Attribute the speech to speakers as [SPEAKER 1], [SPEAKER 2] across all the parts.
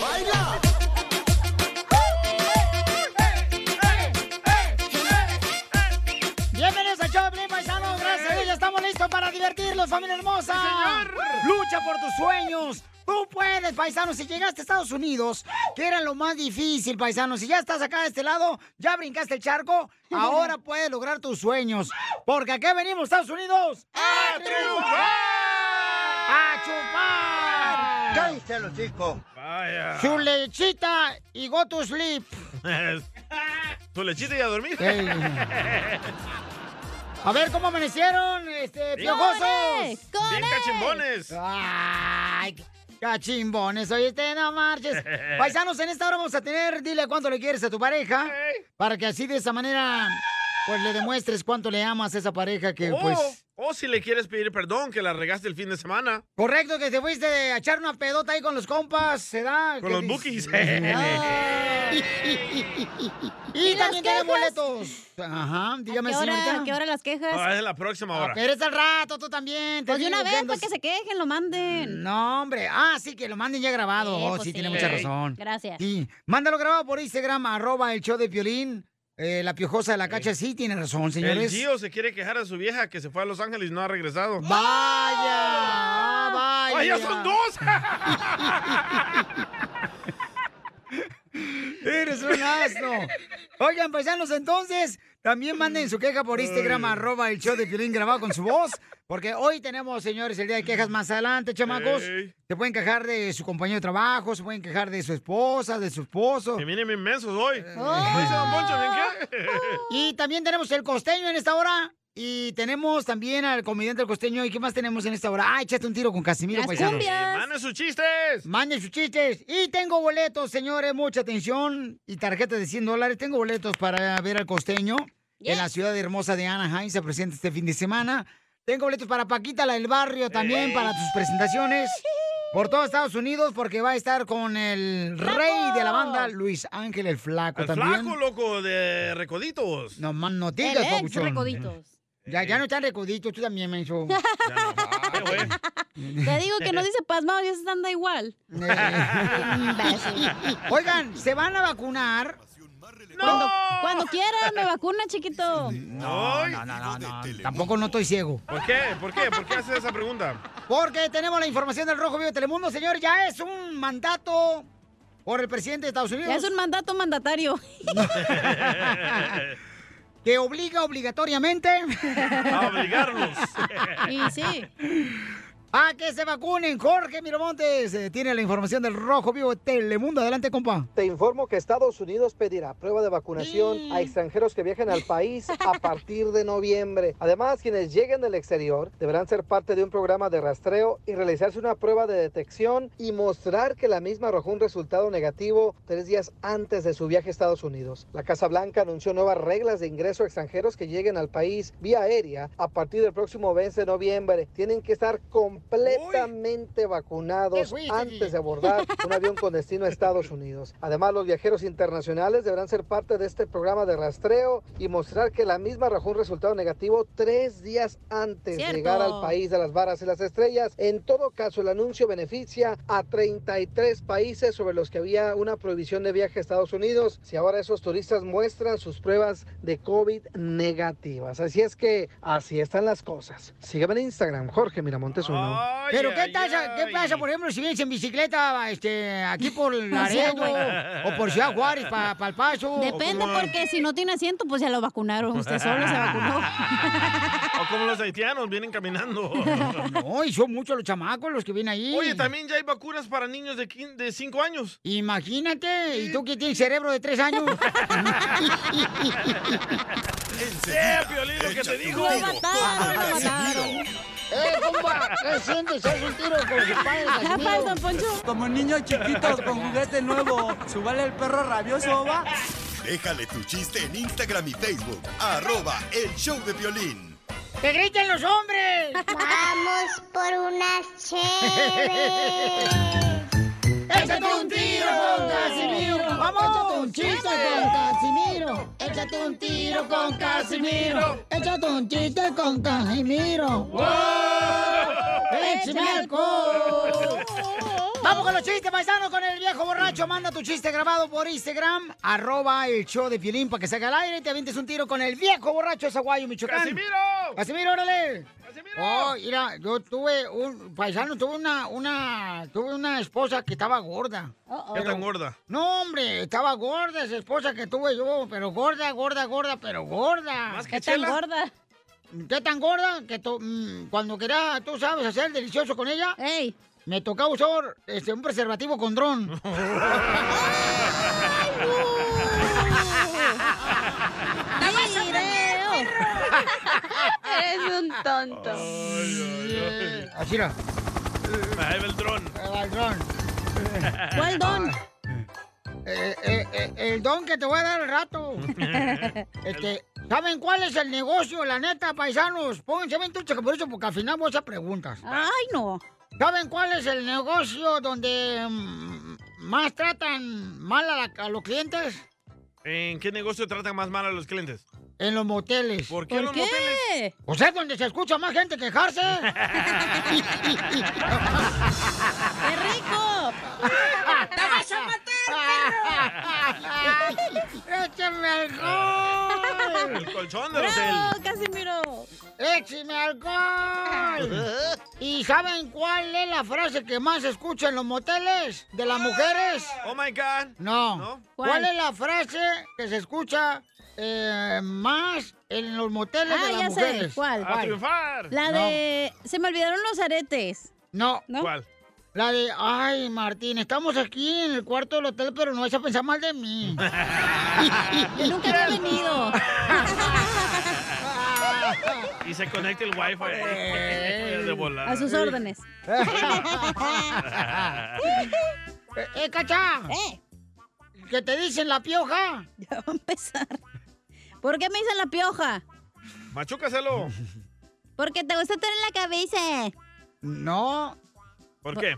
[SPEAKER 1] ¡Baila!
[SPEAKER 2] Bienvenidos a Choplin, paisanos. Gracias a Dios, ya estamos listos para divertirlos, familia hermosa. Lucha por tus sueños. Tú puedes, paisanos. Si llegaste a Estados Unidos, que era lo más difícil, paisanos. Si ya estás acá de este lado, ya brincaste el charco, ahora puedes lograr tus sueños. Porque acá venimos, Estados Unidos, a triunfar. A chupar.
[SPEAKER 1] ¡Cállate los chicos! ¡Vaya!
[SPEAKER 2] Su lechita y go to sleep.
[SPEAKER 3] ¿Tu lechita ya dormí?
[SPEAKER 2] Ey. A ver cómo amanecieron, este,
[SPEAKER 3] Bien.
[SPEAKER 2] piojosos.
[SPEAKER 3] ¡Con él! Bien cachimbones.
[SPEAKER 2] Ay, cachimbones, oye, este, no marches. Paisanos, en esta hora vamos a tener, dile cuánto le quieres a tu pareja, para que así de esa manera, pues le demuestres cuánto le amas a esa pareja que,
[SPEAKER 3] O,
[SPEAKER 2] pues...
[SPEAKER 3] o Oh, si le quieres pedir perdón, que la regaste el fin de semana.
[SPEAKER 2] Correcto, que te fuiste a echar una pedota ahí con los compas, se da.
[SPEAKER 3] Con
[SPEAKER 2] ¿Qué
[SPEAKER 3] los
[SPEAKER 2] dices?
[SPEAKER 3] bookies.
[SPEAKER 2] y, también tiene boletos. Ajá, dígame,
[SPEAKER 4] ¿Qué hora,
[SPEAKER 2] señorita.
[SPEAKER 4] ¿A qué hora las quejas?
[SPEAKER 3] Ah, es la próxima hora.
[SPEAKER 2] Pero es al rato, tú también. te
[SPEAKER 4] Pues de
[SPEAKER 2] digo
[SPEAKER 4] una
[SPEAKER 2] que
[SPEAKER 4] vez,
[SPEAKER 2] andas- Mm,
[SPEAKER 4] pues que se quejen, lo manden.
[SPEAKER 2] No, hombre. Ah, sí, que lo manden ya grabado.
[SPEAKER 4] Eh,
[SPEAKER 2] oh,
[SPEAKER 4] pues
[SPEAKER 2] sí, tiene mucha razón.
[SPEAKER 4] Gracias.
[SPEAKER 2] Sí, mándalo grabado por Instagram, arroba el show de Piolín. Eh, la piojosa de la cacha, sí, tiene razón,
[SPEAKER 3] El
[SPEAKER 2] señores.
[SPEAKER 3] Gio se quiere quejar a su vieja que se fue a Los Ángeles y no ha regresado.
[SPEAKER 2] ¡Vaya! ah, ¡Vaya!
[SPEAKER 3] ¡Ay, ya son dos!
[SPEAKER 2] Eres un asno. Oigan, paisanos, entonces, también manden su queja por Instagram, arroba el show de Piolín grabado con su voz. Porque hoy tenemos, señores, el día de quejas más adelante, chamacos.
[SPEAKER 3] Ey.
[SPEAKER 2] Se pueden quejar de su compañero de trabajo, se pueden quejar de su esposa, de su esposo.
[SPEAKER 3] Se vienen inmensos hoy.
[SPEAKER 2] Oh.
[SPEAKER 3] ¿Cómo dice Don Poncho?
[SPEAKER 2] Ah,
[SPEAKER 3] ¿Bien qué?
[SPEAKER 2] Y también tenemos el costeño en esta hora. Y tenemos también al comediante del costeño. ¿Y qué más tenemos en esta hora? Ah, échate un tiro con Casimiro,
[SPEAKER 3] Las
[SPEAKER 2] paisanos.
[SPEAKER 3] cumbias. Manden sus chistes.
[SPEAKER 2] Manden sus chistes. Y tengo boletos, señores. Mucha atención. Y tarjeta de 100 dólares. Tengo boletos para ver al costeño. En la ciudad hermosa de Anaheim se presenta este fin de semana. Tengo boletos para Paquita, la del barrio, también para tus presentaciones. Por todo Estados Unidos, porque va a estar con el rey de la banda, Luis Ángel el Flaco
[SPEAKER 3] Al
[SPEAKER 2] también.
[SPEAKER 3] flaco, loco, de Recoditos.
[SPEAKER 2] No más no digas,
[SPEAKER 3] El ex
[SPEAKER 2] papuchón.
[SPEAKER 3] Recoditos.
[SPEAKER 2] Ya, ya no están recoditos, tú también, menso.
[SPEAKER 4] Te digo que no dice pasmado, ya se anda igual. Imbécil.
[SPEAKER 2] Oigan, ¿se van a vacunar?
[SPEAKER 4] Cuando, cuando quieran, me vacuna, chiquito.
[SPEAKER 2] No, no, no, no, no. Tampoco no estoy ciego.
[SPEAKER 3] ¿Por qué? ¿Por qué? ¿Por qué haces esa pregunta?
[SPEAKER 2] Porque tenemos la información del Rojo Vivo de Telemundo, señor. Ya es un mandato por el presidente de Estados Unidos.
[SPEAKER 4] Ya es un mandato mandatario.
[SPEAKER 2] Que obliga obligatoriamente.
[SPEAKER 3] A obligarlos.
[SPEAKER 4] Y sí.
[SPEAKER 2] A que se vacunen. Jorge Miramontes eh, tiene la información del Rojo Vivo de Telemundo. Adelante, compa.
[SPEAKER 5] Te informo que Estados Unidos pedirá prueba de vacunación a extranjeros que viajen al país a partir de noviembre. Además, quienes lleguen del exterior deberán ser parte de un programa de rastreo y realizarse una prueba de detección y mostrar que la misma arrojó un resultado negativo tres días antes de su viaje a Estados Unidos. La Casa Blanca anunció nuevas reglas de ingreso a extranjeros que lleguen al país vía aérea a partir del próximo mes de noviembre. Tienen que estar completamente vacunados antes de abordar un avión con destino a Estados Unidos. Además, los viajeros internacionales deberán ser parte de este programa de rastreo y mostrar que la misma arrojó un resultado negativo tres días antes
[SPEAKER 6] Cierto.
[SPEAKER 5] de llegar al país de las varas y las estrellas. En todo caso, el anuncio beneficia a 33 países sobre los que había una prohibición de viaje a Estados Unidos. Si ahora esos turistas muestran sus pruebas de COVID negativas. Así es que así están las cosas. Sígueme en Instagram, Jorge Miramontes uno.
[SPEAKER 2] Ay, Pero ¿qué,
[SPEAKER 1] ay,
[SPEAKER 2] pasa, ¿qué pasa, por ejemplo, si vienes en bicicleta este, aquí por
[SPEAKER 4] Sí,
[SPEAKER 2] Laredo
[SPEAKER 4] güey.
[SPEAKER 2] o por Ciudad Juárez para el Paso?
[SPEAKER 4] Depende, porque si no tiene asiento, pues ya lo vacunaron. Usted solo se vacunó.
[SPEAKER 3] O como los haitianos vienen caminando.
[SPEAKER 2] No, y son muchos los chamacos los que vienen ahí.
[SPEAKER 3] Oye, también ya hay vacunas para niños de 5 de cinco años.
[SPEAKER 2] Imagínate, ¿y tú que tienes cerebro de tres años?
[SPEAKER 3] ¡Eh, Piolín, lo que te digo!
[SPEAKER 2] ¡Eh, compa! ¿Qué sientes? ¿Haz un tiro con su padre, Casimiro?
[SPEAKER 6] Como niños chiquitos con juguete nuevo, subale el perro rabioso, va.
[SPEAKER 7] Déjale tu chiste en Instagram y Facebook. Arroba el show de violín.
[SPEAKER 2] ¡Que griten los hombres!
[SPEAKER 8] ¡Vamos por unas
[SPEAKER 2] ¡Échate un tiro con Casimiro! ¡Vamos! ¡Échate un chiste con Casimiro! ¡Échate un tiro con Casimiro! ¡Échate un chiste con Casimiro! ¡Wow! ¡Échame alcohol! Vamos con los chistes, paisanos, con el viejo borracho. Manda tu chiste grabado por Instagram, arroba el show de Piolín para que salga al aire y te avientes un tiro con el viejo borracho de Zaguayo, Michoacán.
[SPEAKER 3] ¡Casimiro!
[SPEAKER 2] ¡Casimiro, órale! ¡Casimiro! Oh, mira, yo tuve un, paisano, tuve una, una, tuve una esposa que estaba gorda.
[SPEAKER 3] ¿Qué
[SPEAKER 2] Pero-
[SPEAKER 3] tan gorda?
[SPEAKER 2] No, hombre, estaba gorda esa esposa que tuve yo, pero gorda, gorda, gorda, pero gorda.
[SPEAKER 3] ¿Más que ¿Qué tan Chela?
[SPEAKER 2] gorda? ¿Qué tan gorda? Que to- mm, cuando quería, tú sabes, hacer delicioso con ella, me tocaba usar este, un preservativo con dron.
[SPEAKER 8] Eres un tonto.
[SPEAKER 2] Así mira.
[SPEAKER 3] Ahí va el dron.
[SPEAKER 2] El dron.
[SPEAKER 3] ¿Cuál
[SPEAKER 2] don? Eh, el don que te voy a dar al rato. Este, ¿Saben cuál es el negocio, la neta, paisanos? Pónganse bien trucha por eso, porque al final vos a preguntas. Ay, no. ¿Saben cuál es el negocio donde mm, más tratan mal a, la- a los clientes?
[SPEAKER 3] ¿En qué negocio tratan más mal a los clientes?
[SPEAKER 2] En los moteles.
[SPEAKER 3] ¿Por qué ¿Por los qué? moteles?
[SPEAKER 2] O sea, donde se escucha más gente quejarse. ¡Qué rico! ¡Te vas a matar, perro! ¡Échame alcohol!
[SPEAKER 3] El colchón del hotel.
[SPEAKER 2] Casimiro! ¡Échame alcohol! ¿Y saben cuál es la frase que más se escucha en los moteles de las mujeres?
[SPEAKER 3] Oh my God.
[SPEAKER 2] No. ¿Cuál?
[SPEAKER 3] ¿Cuál?
[SPEAKER 2] es la frase que se escucha eh, más en los moteles
[SPEAKER 4] Ah,
[SPEAKER 2] de las
[SPEAKER 4] ya
[SPEAKER 2] mujeres?
[SPEAKER 4] sé. ¿Cuál? La
[SPEAKER 2] No.
[SPEAKER 4] de. Se me olvidaron los aretes.
[SPEAKER 2] No.
[SPEAKER 4] ¿No?
[SPEAKER 3] ¿Cuál?
[SPEAKER 2] La de, ay, Martín, estamos aquí en el cuarto del hotel, pero no vais a pensar mal de mí.
[SPEAKER 4] Nunca había venido.
[SPEAKER 3] Y se conecta el wifi. De volada.
[SPEAKER 4] Pues. A sus órdenes.
[SPEAKER 2] Eh, eh, cacha. ¿Qué te dicen la pioja?
[SPEAKER 4] Ya va a empezar. ¿Por qué me dicen la pioja?
[SPEAKER 3] Machúcaselo.
[SPEAKER 4] Porque te gusta tener la cabeza.
[SPEAKER 2] No.
[SPEAKER 3] ¿Por qué?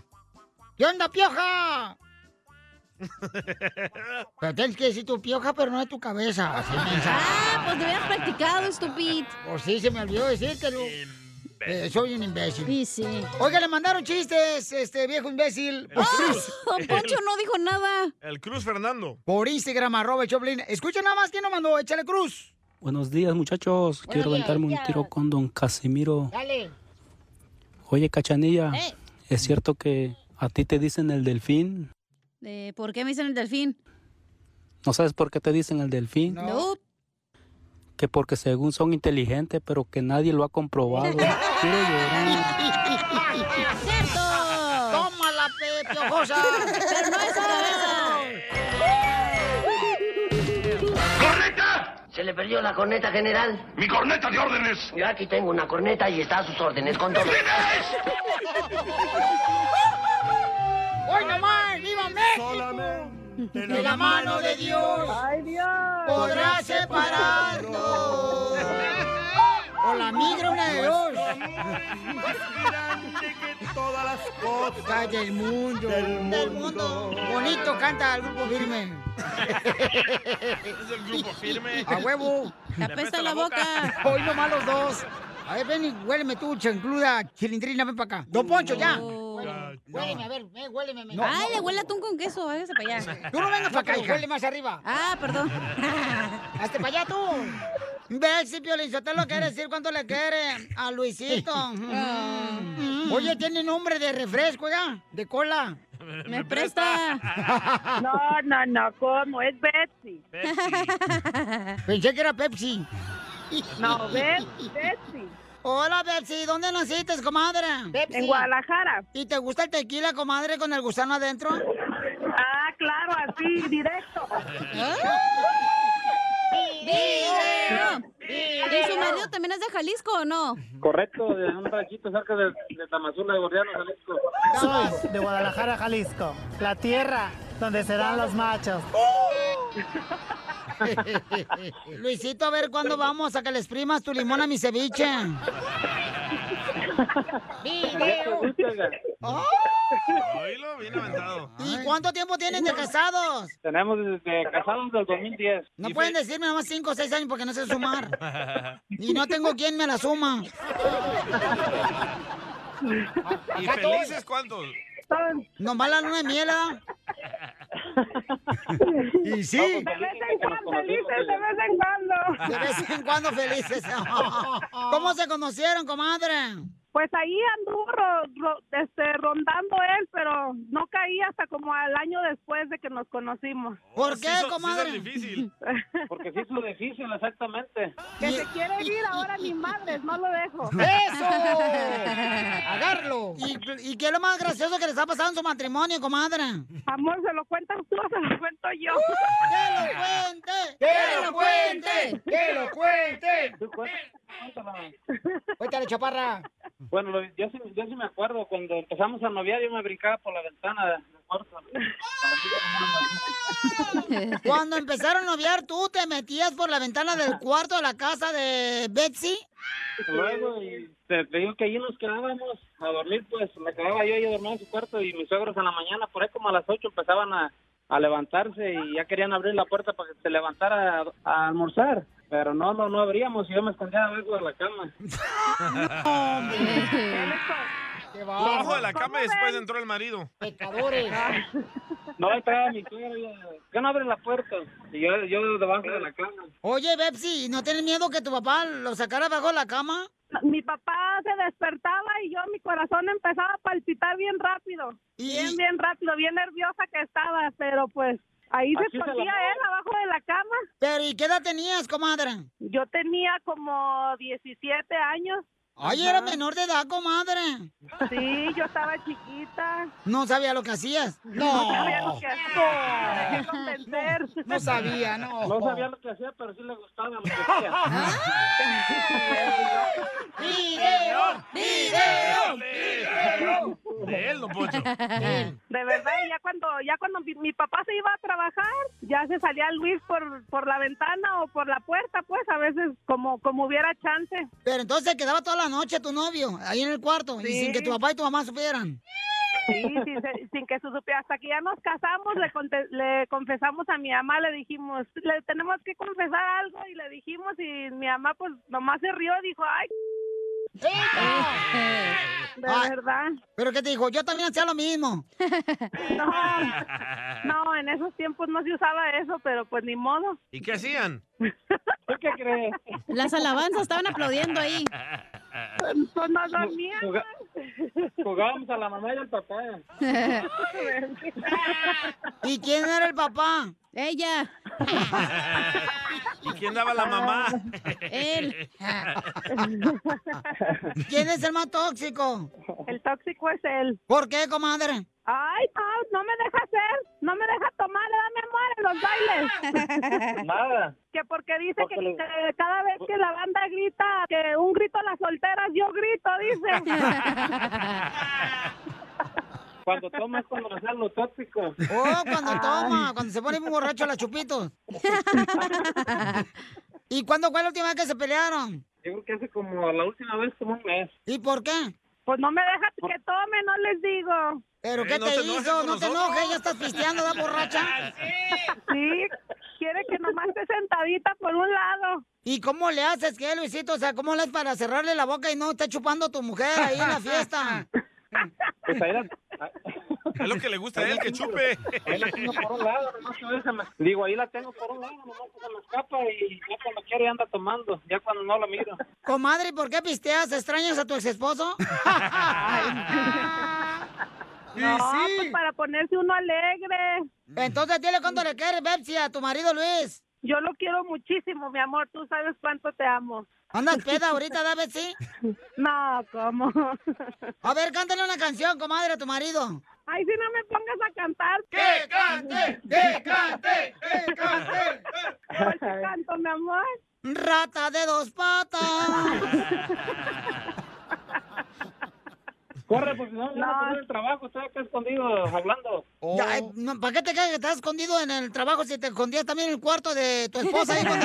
[SPEAKER 2] ¿Qué onda, pioja? Pero tienes que decir tu pioja, pero no es tu cabeza. Así ah,
[SPEAKER 4] pues te hubieras practicado, estúpido.
[SPEAKER 2] Pues sí, se me olvidó decírtelo. Eh, soy un imbécil. Sí, sí. Oiga, le mandaron chistes, este viejo imbécil.
[SPEAKER 3] El Cruz.
[SPEAKER 2] Don Poncho no dijo nada.
[SPEAKER 3] El Cruz Fernando.
[SPEAKER 2] Por Instagram, arroba el Choplin. Escucha nada más quién nos mandó, échale cruz.
[SPEAKER 9] Buenos días, muchachos. Quiero
[SPEAKER 2] días,
[SPEAKER 9] aventarme un
[SPEAKER 2] días.
[SPEAKER 9] tiro con don Casimiro.
[SPEAKER 2] Dale.
[SPEAKER 9] Oye, Cachanilla, ¿es cierto que a ti te dicen el delfín?
[SPEAKER 4] Eh, ¿Por qué me dicen el delfín?
[SPEAKER 9] ¿No sabes por qué te dicen el delfín?
[SPEAKER 4] No.
[SPEAKER 9] Que porque según son inteligentes, pero que nadie lo ha comprobado. Quiero llorar.
[SPEAKER 4] ¡Cierto!
[SPEAKER 2] ¡Tómala, pe, piojosa!
[SPEAKER 4] ¡Pero no es tu cabeza!
[SPEAKER 10] ¡Corneta! Se le perdió la corneta, general.
[SPEAKER 11] ¡Mi corneta de órdenes!
[SPEAKER 10] Yo aquí tengo una corneta y está a sus órdenes con todo.
[SPEAKER 2] ¡Hoy nomás! ¡Viva México! Solamente de la mano de Dios. ¡Ay, Dios! Podrá separarnos. O la migra una de dos. Pues, Todas las cosas del mundo. Del, mundo. Bonito canta el grupo firme.
[SPEAKER 3] Es el grupo firme.
[SPEAKER 2] A huevo.
[SPEAKER 3] Le apesta la boca.
[SPEAKER 2] Hoy nomás los dos. A ver, ven y huéleme tú, chancluda, chilindrina, ven para acá. Don Poncho, ya.
[SPEAKER 4] Huéleme, a ver,
[SPEAKER 2] eh,
[SPEAKER 4] huéleme.
[SPEAKER 2] No,
[SPEAKER 4] Ay,
[SPEAKER 2] no.
[SPEAKER 4] le huele atún con queso, váyase para allá.
[SPEAKER 2] Tú no vengas para acá,
[SPEAKER 4] pero
[SPEAKER 2] hija.
[SPEAKER 4] huele
[SPEAKER 2] más arriba.
[SPEAKER 4] Ah, perdón.
[SPEAKER 2] Hazte para allá tú. Ve si Piolín Sotelo quiere decir cuánto le quiere a Luisito. Mm.
[SPEAKER 4] Ah.
[SPEAKER 2] Oye, tiene nombre de refresco, ya, de cola.
[SPEAKER 4] ¿Me presta?
[SPEAKER 11] No, no, no, ¿cómo? Es Betsy.
[SPEAKER 2] Pensé que era Pepsi.
[SPEAKER 11] No, Be- Betsy.
[SPEAKER 2] Hola, Betsy, ¿dónde naciste, comadre?
[SPEAKER 11] En Guadalajara.
[SPEAKER 2] ¿Y te gusta el tequila, comadre, con el gusano adentro?
[SPEAKER 11] Ah, claro, así, directo.
[SPEAKER 2] ¿Eh?
[SPEAKER 4] ¡Video! ¿Y su marido también es de Jalisco o no?
[SPEAKER 12] Correcto, de un ranchito cerca de, de Tamazula de Gordiano, Jalisco.
[SPEAKER 13] Soy de Guadalajara, Jalisco, la tierra donde serán los machos.
[SPEAKER 2] Luisito, a ver cuándo vamos a que les primas tu limón a mi ceviche.
[SPEAKER 12] Video.
[SPEAKER 2] ¡Oh!
[SPEAKER 3] Oílo, bien aventado.
[SPEAKER 2] ¿Y cuánto tiempo tienen de casados?
[SPEAKER 12] Tenemos desde casados del 2010.
[SPEAKER 2] No pueden decirme nada más 5 o 6 años porque no sé sumar. Y no tengo quien me la suma.
[SPEAKER 3] ¿Y felices cuántos?
[SPEAKER 2] Nos va la luna de miel, ¿ah? Y sí.
[SPEAKER 11] Felices de vez en cuando.
[SPEAKER 2] pues, De vez en cuando felices. ¿Cómo se conocieron, comadre?
[SPEAKER 11] Pues ahí anduvo ro- ro- este, rondando él, pero no caí hasta como al año después de que nos conocimos.
[SPEAKER 2] ¿Por qué, comadre?
[SPEAKER 12] Porque sí es lo difícil, exactamente.
[SPEAKER 11] Que se quiere ir ahora ni madres, no lo dejo.
[SPEAKER 2] ¡Eso! ¡Agarlo! ¿Y, y qué es lo más gracioso que les ha pasado en su matrimonio, comadre?
[SPEAKER 11] Amor, ¿se lo cuentas tú o se lo cuento yo?
[SPEAKER 2] ¡Que lo cuente! ¡Que lo cuente!
[SPEAKER 12] Tú cuéntala.
[SPEAKER 2] Cuéntale, chaparra.
[SPEAKER 12] Bueno, lo- yo sí, yo sí me acuerdo, cuando empezamos a noviar yo me brincaba por la ventana del cuarto.
[SPEAKER 2] Cuando empezaron a noviar, ¿tú te metías por la ventana del cuarto de la casa de Betsy?
[SPEAKER 12] Luego, y te, te digo que allí nos quedábamos a dormir, pues me quedaba yo ahí a dormir en su cuarto y mis suegros en la mañana, por ahí como a las 8 empezaban a, a levantarse y ya querían abrir la puerta para que se levantara a, a almorzar. Pero no, no, no abríamos y yo me escondía abajo de la cama.
[SPEAKER 3] Abajo de la cama y después entró el marido.
[SPEAKER 2] Pecadores.
[SPEAKER 12] No, ahí estaba mi suegro, yo, ¿qué no abre la puerta? Y yo, yo debajo de la cama.
[SPEAKER 2] Oye, Betsy, ¿no tienes miedo que tu papá lo sacara bajo la cama?
[SPEAKER 11] Mi papá se despertaba y yo mi corazón empezaba a palpitar bien rápido. Bien, bien rápido, bien nerviosa que estaba, pero pues ahí
[SPEAKER 2] Así es
[SPEAKER 11] se
[SPEAKER 2] el
[SPEAKER 11] escondía
[SPEAKER 2] amor.
[SPEAKER 11] él abajo de la cama.
[SPEAKER 2] Pero ¿y qué edad tenías, comadre?
[SPEAKER 11] Yo tenía como 17 años.
[SPEAKER 2] Ay, era menor de edad, comadre.
[SPEAKER 11] Sí, yo estaba chiquita.
[SPEAKER 2] No sabía lo que hacías.
[SPEAKER 11] No
[SPEAKER 2] No.
[SPEAKER 11] sabía lo que hacía.
[SPEAKER 2] No. No sabía, no.
[SPEAKER 12] No Ah. sabía lo que hacía, pero sí le gustaba lo que hacía.
[SPEAKER 2] ¡Video!
[SPEAKER 11] ¡Video!
[SPEAKER 3] ¡Video! De él, don Poncho.
[SPEAKER 11] De verdad, y ya cuando ya cuando mi, mi papá se iba a trabajar, ya se salía Luis por por la ventana o por la puerta, pues a veces como como hubiera chance.
[SPEAKER 2] Pero entonces se quedaba toda la noche tu novio ahí en el cuarto y
[SPEAKER 11] Sí.
[SPEAKER 2] sin que tu papá y tu mamá supieran.
[SPEAKER 11] Sí, sin, se- sin que su supiera. Hasta que ya nos casamos, le, conte- le confesamos a mi mamá, le dijimos, le tenemos que confesar algo y le dijimos y mi mamá pues nomás se rió, dijo, ay. De
[SPEAKER 2] Ay,
[SPEAKER 11] verdad.
[SPEAKER 2] Pero ¿qué te dijo? Yo también hacía lo mismo.
[SPEAKER 11] No, no, en esos tiempos no se usaba eso, pero pues ni modo.
[SPEAKER 3] ¿Y qué hacían?
[SPEAKER 12] ¿Qué crees?
[SPEAKER 4] Las alabanzas estaban aplaudiendo ahí.
[SPEAKER 11] Pues nos dormían.
[SPEAKER 12] Juga- Jugábamos a la mamá y al papá.
[SPEAKER 2] ¿Y quién era el papá?
[SPEAKER 4] Ella.
[SPEAKER 3] ¿Y quién daba la mamá?
[SPEAKER 4] Él.
[SPEAKER 2] ¿Quién es el más tóxico?
[SPEAKER 11] El tóxico es él.
[SPEAKER 2] ¿Por qué, comadre?
[SPEAKER 11] Ay, no, no me deja hacer, no me deja tomar, dame amor en los bailes.
[SPEAKER 12] Nada.
[SPEAKER 11] Que porque dice
[SPEAKER 12] Porque
[SPEAKER 11] que
[SPEAKER 12] le-
[SPEAKER 11] que cada vez que la banda grita, que un grito a las solteras, yo grito, dice.
[SPEAKER 12] Cuando tomas, cuando me salen los tóxicos.
[SPEAKER 2] Oh, cuando toma, cuando se pone muy borracho la chupitos. ¿Y cuándo fue la última vez que se pelearon?
[SPEAKER 12] Yo creo que hace como la última vez, como un mes.
[SPEAKER 2] ¿Y por qué?
[SPEAKER 11] Pues no me deja que tome, no les digo.
[SPEAKER 2] ¿Pero
[SPEAKER 12] Eh,
[SPEAKER 2] qué
[SPEAKER 12] no
[SPEAKER 2] te
[SPEAKER 12] se enoje
[SPEAKER 2] hizo?
[SPEAKER 12] con
[SPEAKER 2] No te
[SPEAKER 12] nosotros.
[SPEAKER 2] enojes, ya estás pisteando, da borracha.
[SPEAKER 11] Sí, quiere que nomás esté Pues sentadita por un lado.
[SPEAKER 2] ¿Y cómo le haces, qué, Luisito? O sea, ¿cómo le haces para cerrarle la boca y no está chupando tu mujer ahí en la fiesta?
[SPEAKER 12] Pues ahí la,
[SPEAKER 3] Es lo que le gusta a él, que chupe.
[SPEAKER 12] Ahí la tengo por un lado, nomás que a veces se me... Digo, ahí la tengo por un lado, nomás que se me escapa y ya cuando quiere anda tomando, ya cuando no la miro.
[SPEAKER 2] Comadre, ¿por qué pisteas? ¿Extrañas a tu ex esposo?
[SPEAKER 11] No, pues para ponerse uno alegre.
[SPEAKER 2] Entonces dile cuánto le quieres, Bepsi, a tu marido Luis.
[SPEAKER 11] Yo lo quiero muchísimo, mi amor. Tú sabes cuánto te amo.
[SPEAKER 2] ¿Andas peda ahorita, da Bepsi?
[SPEAKER 11] No, ¿cómo?
[SPEAKER 2] A ver, cántale una canción, comadre, a tu marido.
[SPEAKER 11] Ay, si no me pongas a cantar.
[SPEAKER 1] ¡Que cante! ¡Que cante! ¡Que cante!
[SPEAKER 11] ¿Cuál te canto, mi amor?
[SPEAKER 2] Rata de dos patas.
[SPEAKER 12] Corre, porque no, no. no a el trabajo, estoy acá escondido hablando.
[SPEAKER 2] Ya, eh, no, ¿Para qué te crees que estás escondido en el trabajo si te escondías también en el cuarto de tu esposa ahí con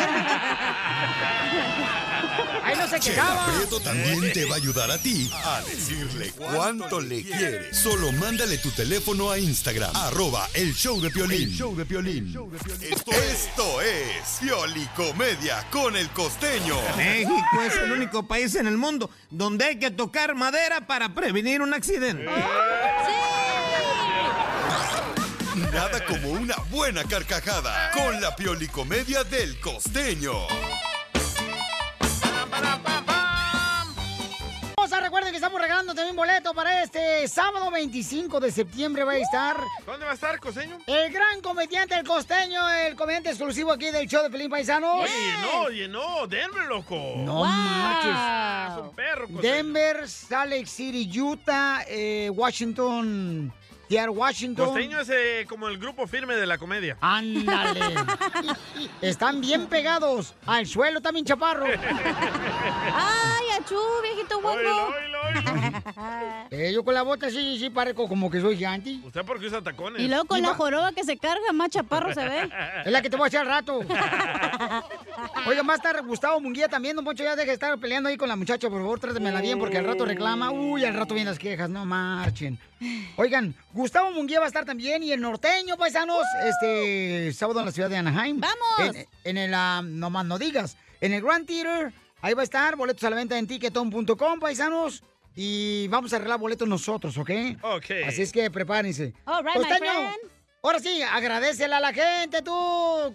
[SPEAKER 2] Ahí no se
[SPEAKER 7] Chela
[SPEAKER 2] quejaba.
[SPEAKER 7] Prieto también te va a ayudar a ti a decirle cuánto le quiere. Solo mándale tu teléfono a Instagram, arroba el show de Piolín.
[SPEAKER 14] El
[SPEAKER 7] show de Piolín. Esto, esto es Pioli Comedia con el costeño.
[SPEAKER 14] México es el único país en el mundo donde hay que tocar madera para prevenir un accidente.
[SPEAKER 7] Nada como una buena carcajada con la Pioli Comedia del costeño.
[SPEAKER 2] Vamos a recuerden que estamos regalando también boleto para este sábado 25 de septiembre va a estar
[SPEAKER 3] ¿Dónde va a estar, costeño?
[SPEAKER 2] el gran comediante, el costeño, el comediante exclusivo aquí del show de Pelín Paisano.
[SPEAKER 3] Oye, llenó, llenó. Denver, loco.
[SPEAKER 2] No manches.
[SPEAKER 3] Es un perro, costeño.
[SPEAKER 2] Denver, Salt Lake City, Utah, eh, Washington, Seattle, Washington.
[SPEAKER 3] Costeño es eh, como el grupo firme de la comedia.
[SPEAKER 2] Ándale. Están bien pegados. Al suelo también, chaparro.
[SPEAKER 4] ¡Ay, achú, viejito guapo!
[SPEAKER 2] Eh, yo con la bota sí, sí, parezco como que soy yanti.
[SPEAKER 3] ¿Usted por qué usa tacones?
[SPEAKER 4] Y luego con la joroba que se carga, más chaparro se ve.
[SPEAKER 2] Es la que te voy a echar al rato. Oiga, más tarde Gustavo Munguía también, don Poncho, ya deja de estar peleando ahí con la muchacha, por favor, trátemela bien porque al rato reclama. Uy, al rato vienen las quejas, no marchen. Oigan, Gustavo Munguía va a estar también y el norteño, paisanos, este sábado en la ciudad de Anaheim.
[SPEAKER 4] ¡Vamos!
[SPEAKER 2] En, en el, ah, no más no digas, en el Grand Theater, ahí va a estar, boletos a la venta en tiquetón.com, paisanos. Y vamos a arreglar boletos nosotros, ¿ok?
[SPEAKER 3] Ok.
[SPEAKER 2] Así es que prepárense. Pues,
[SPEAKER 4] All right, my friend.
[SPEAKER 2] ahora sí, agradecele a la gente, tú.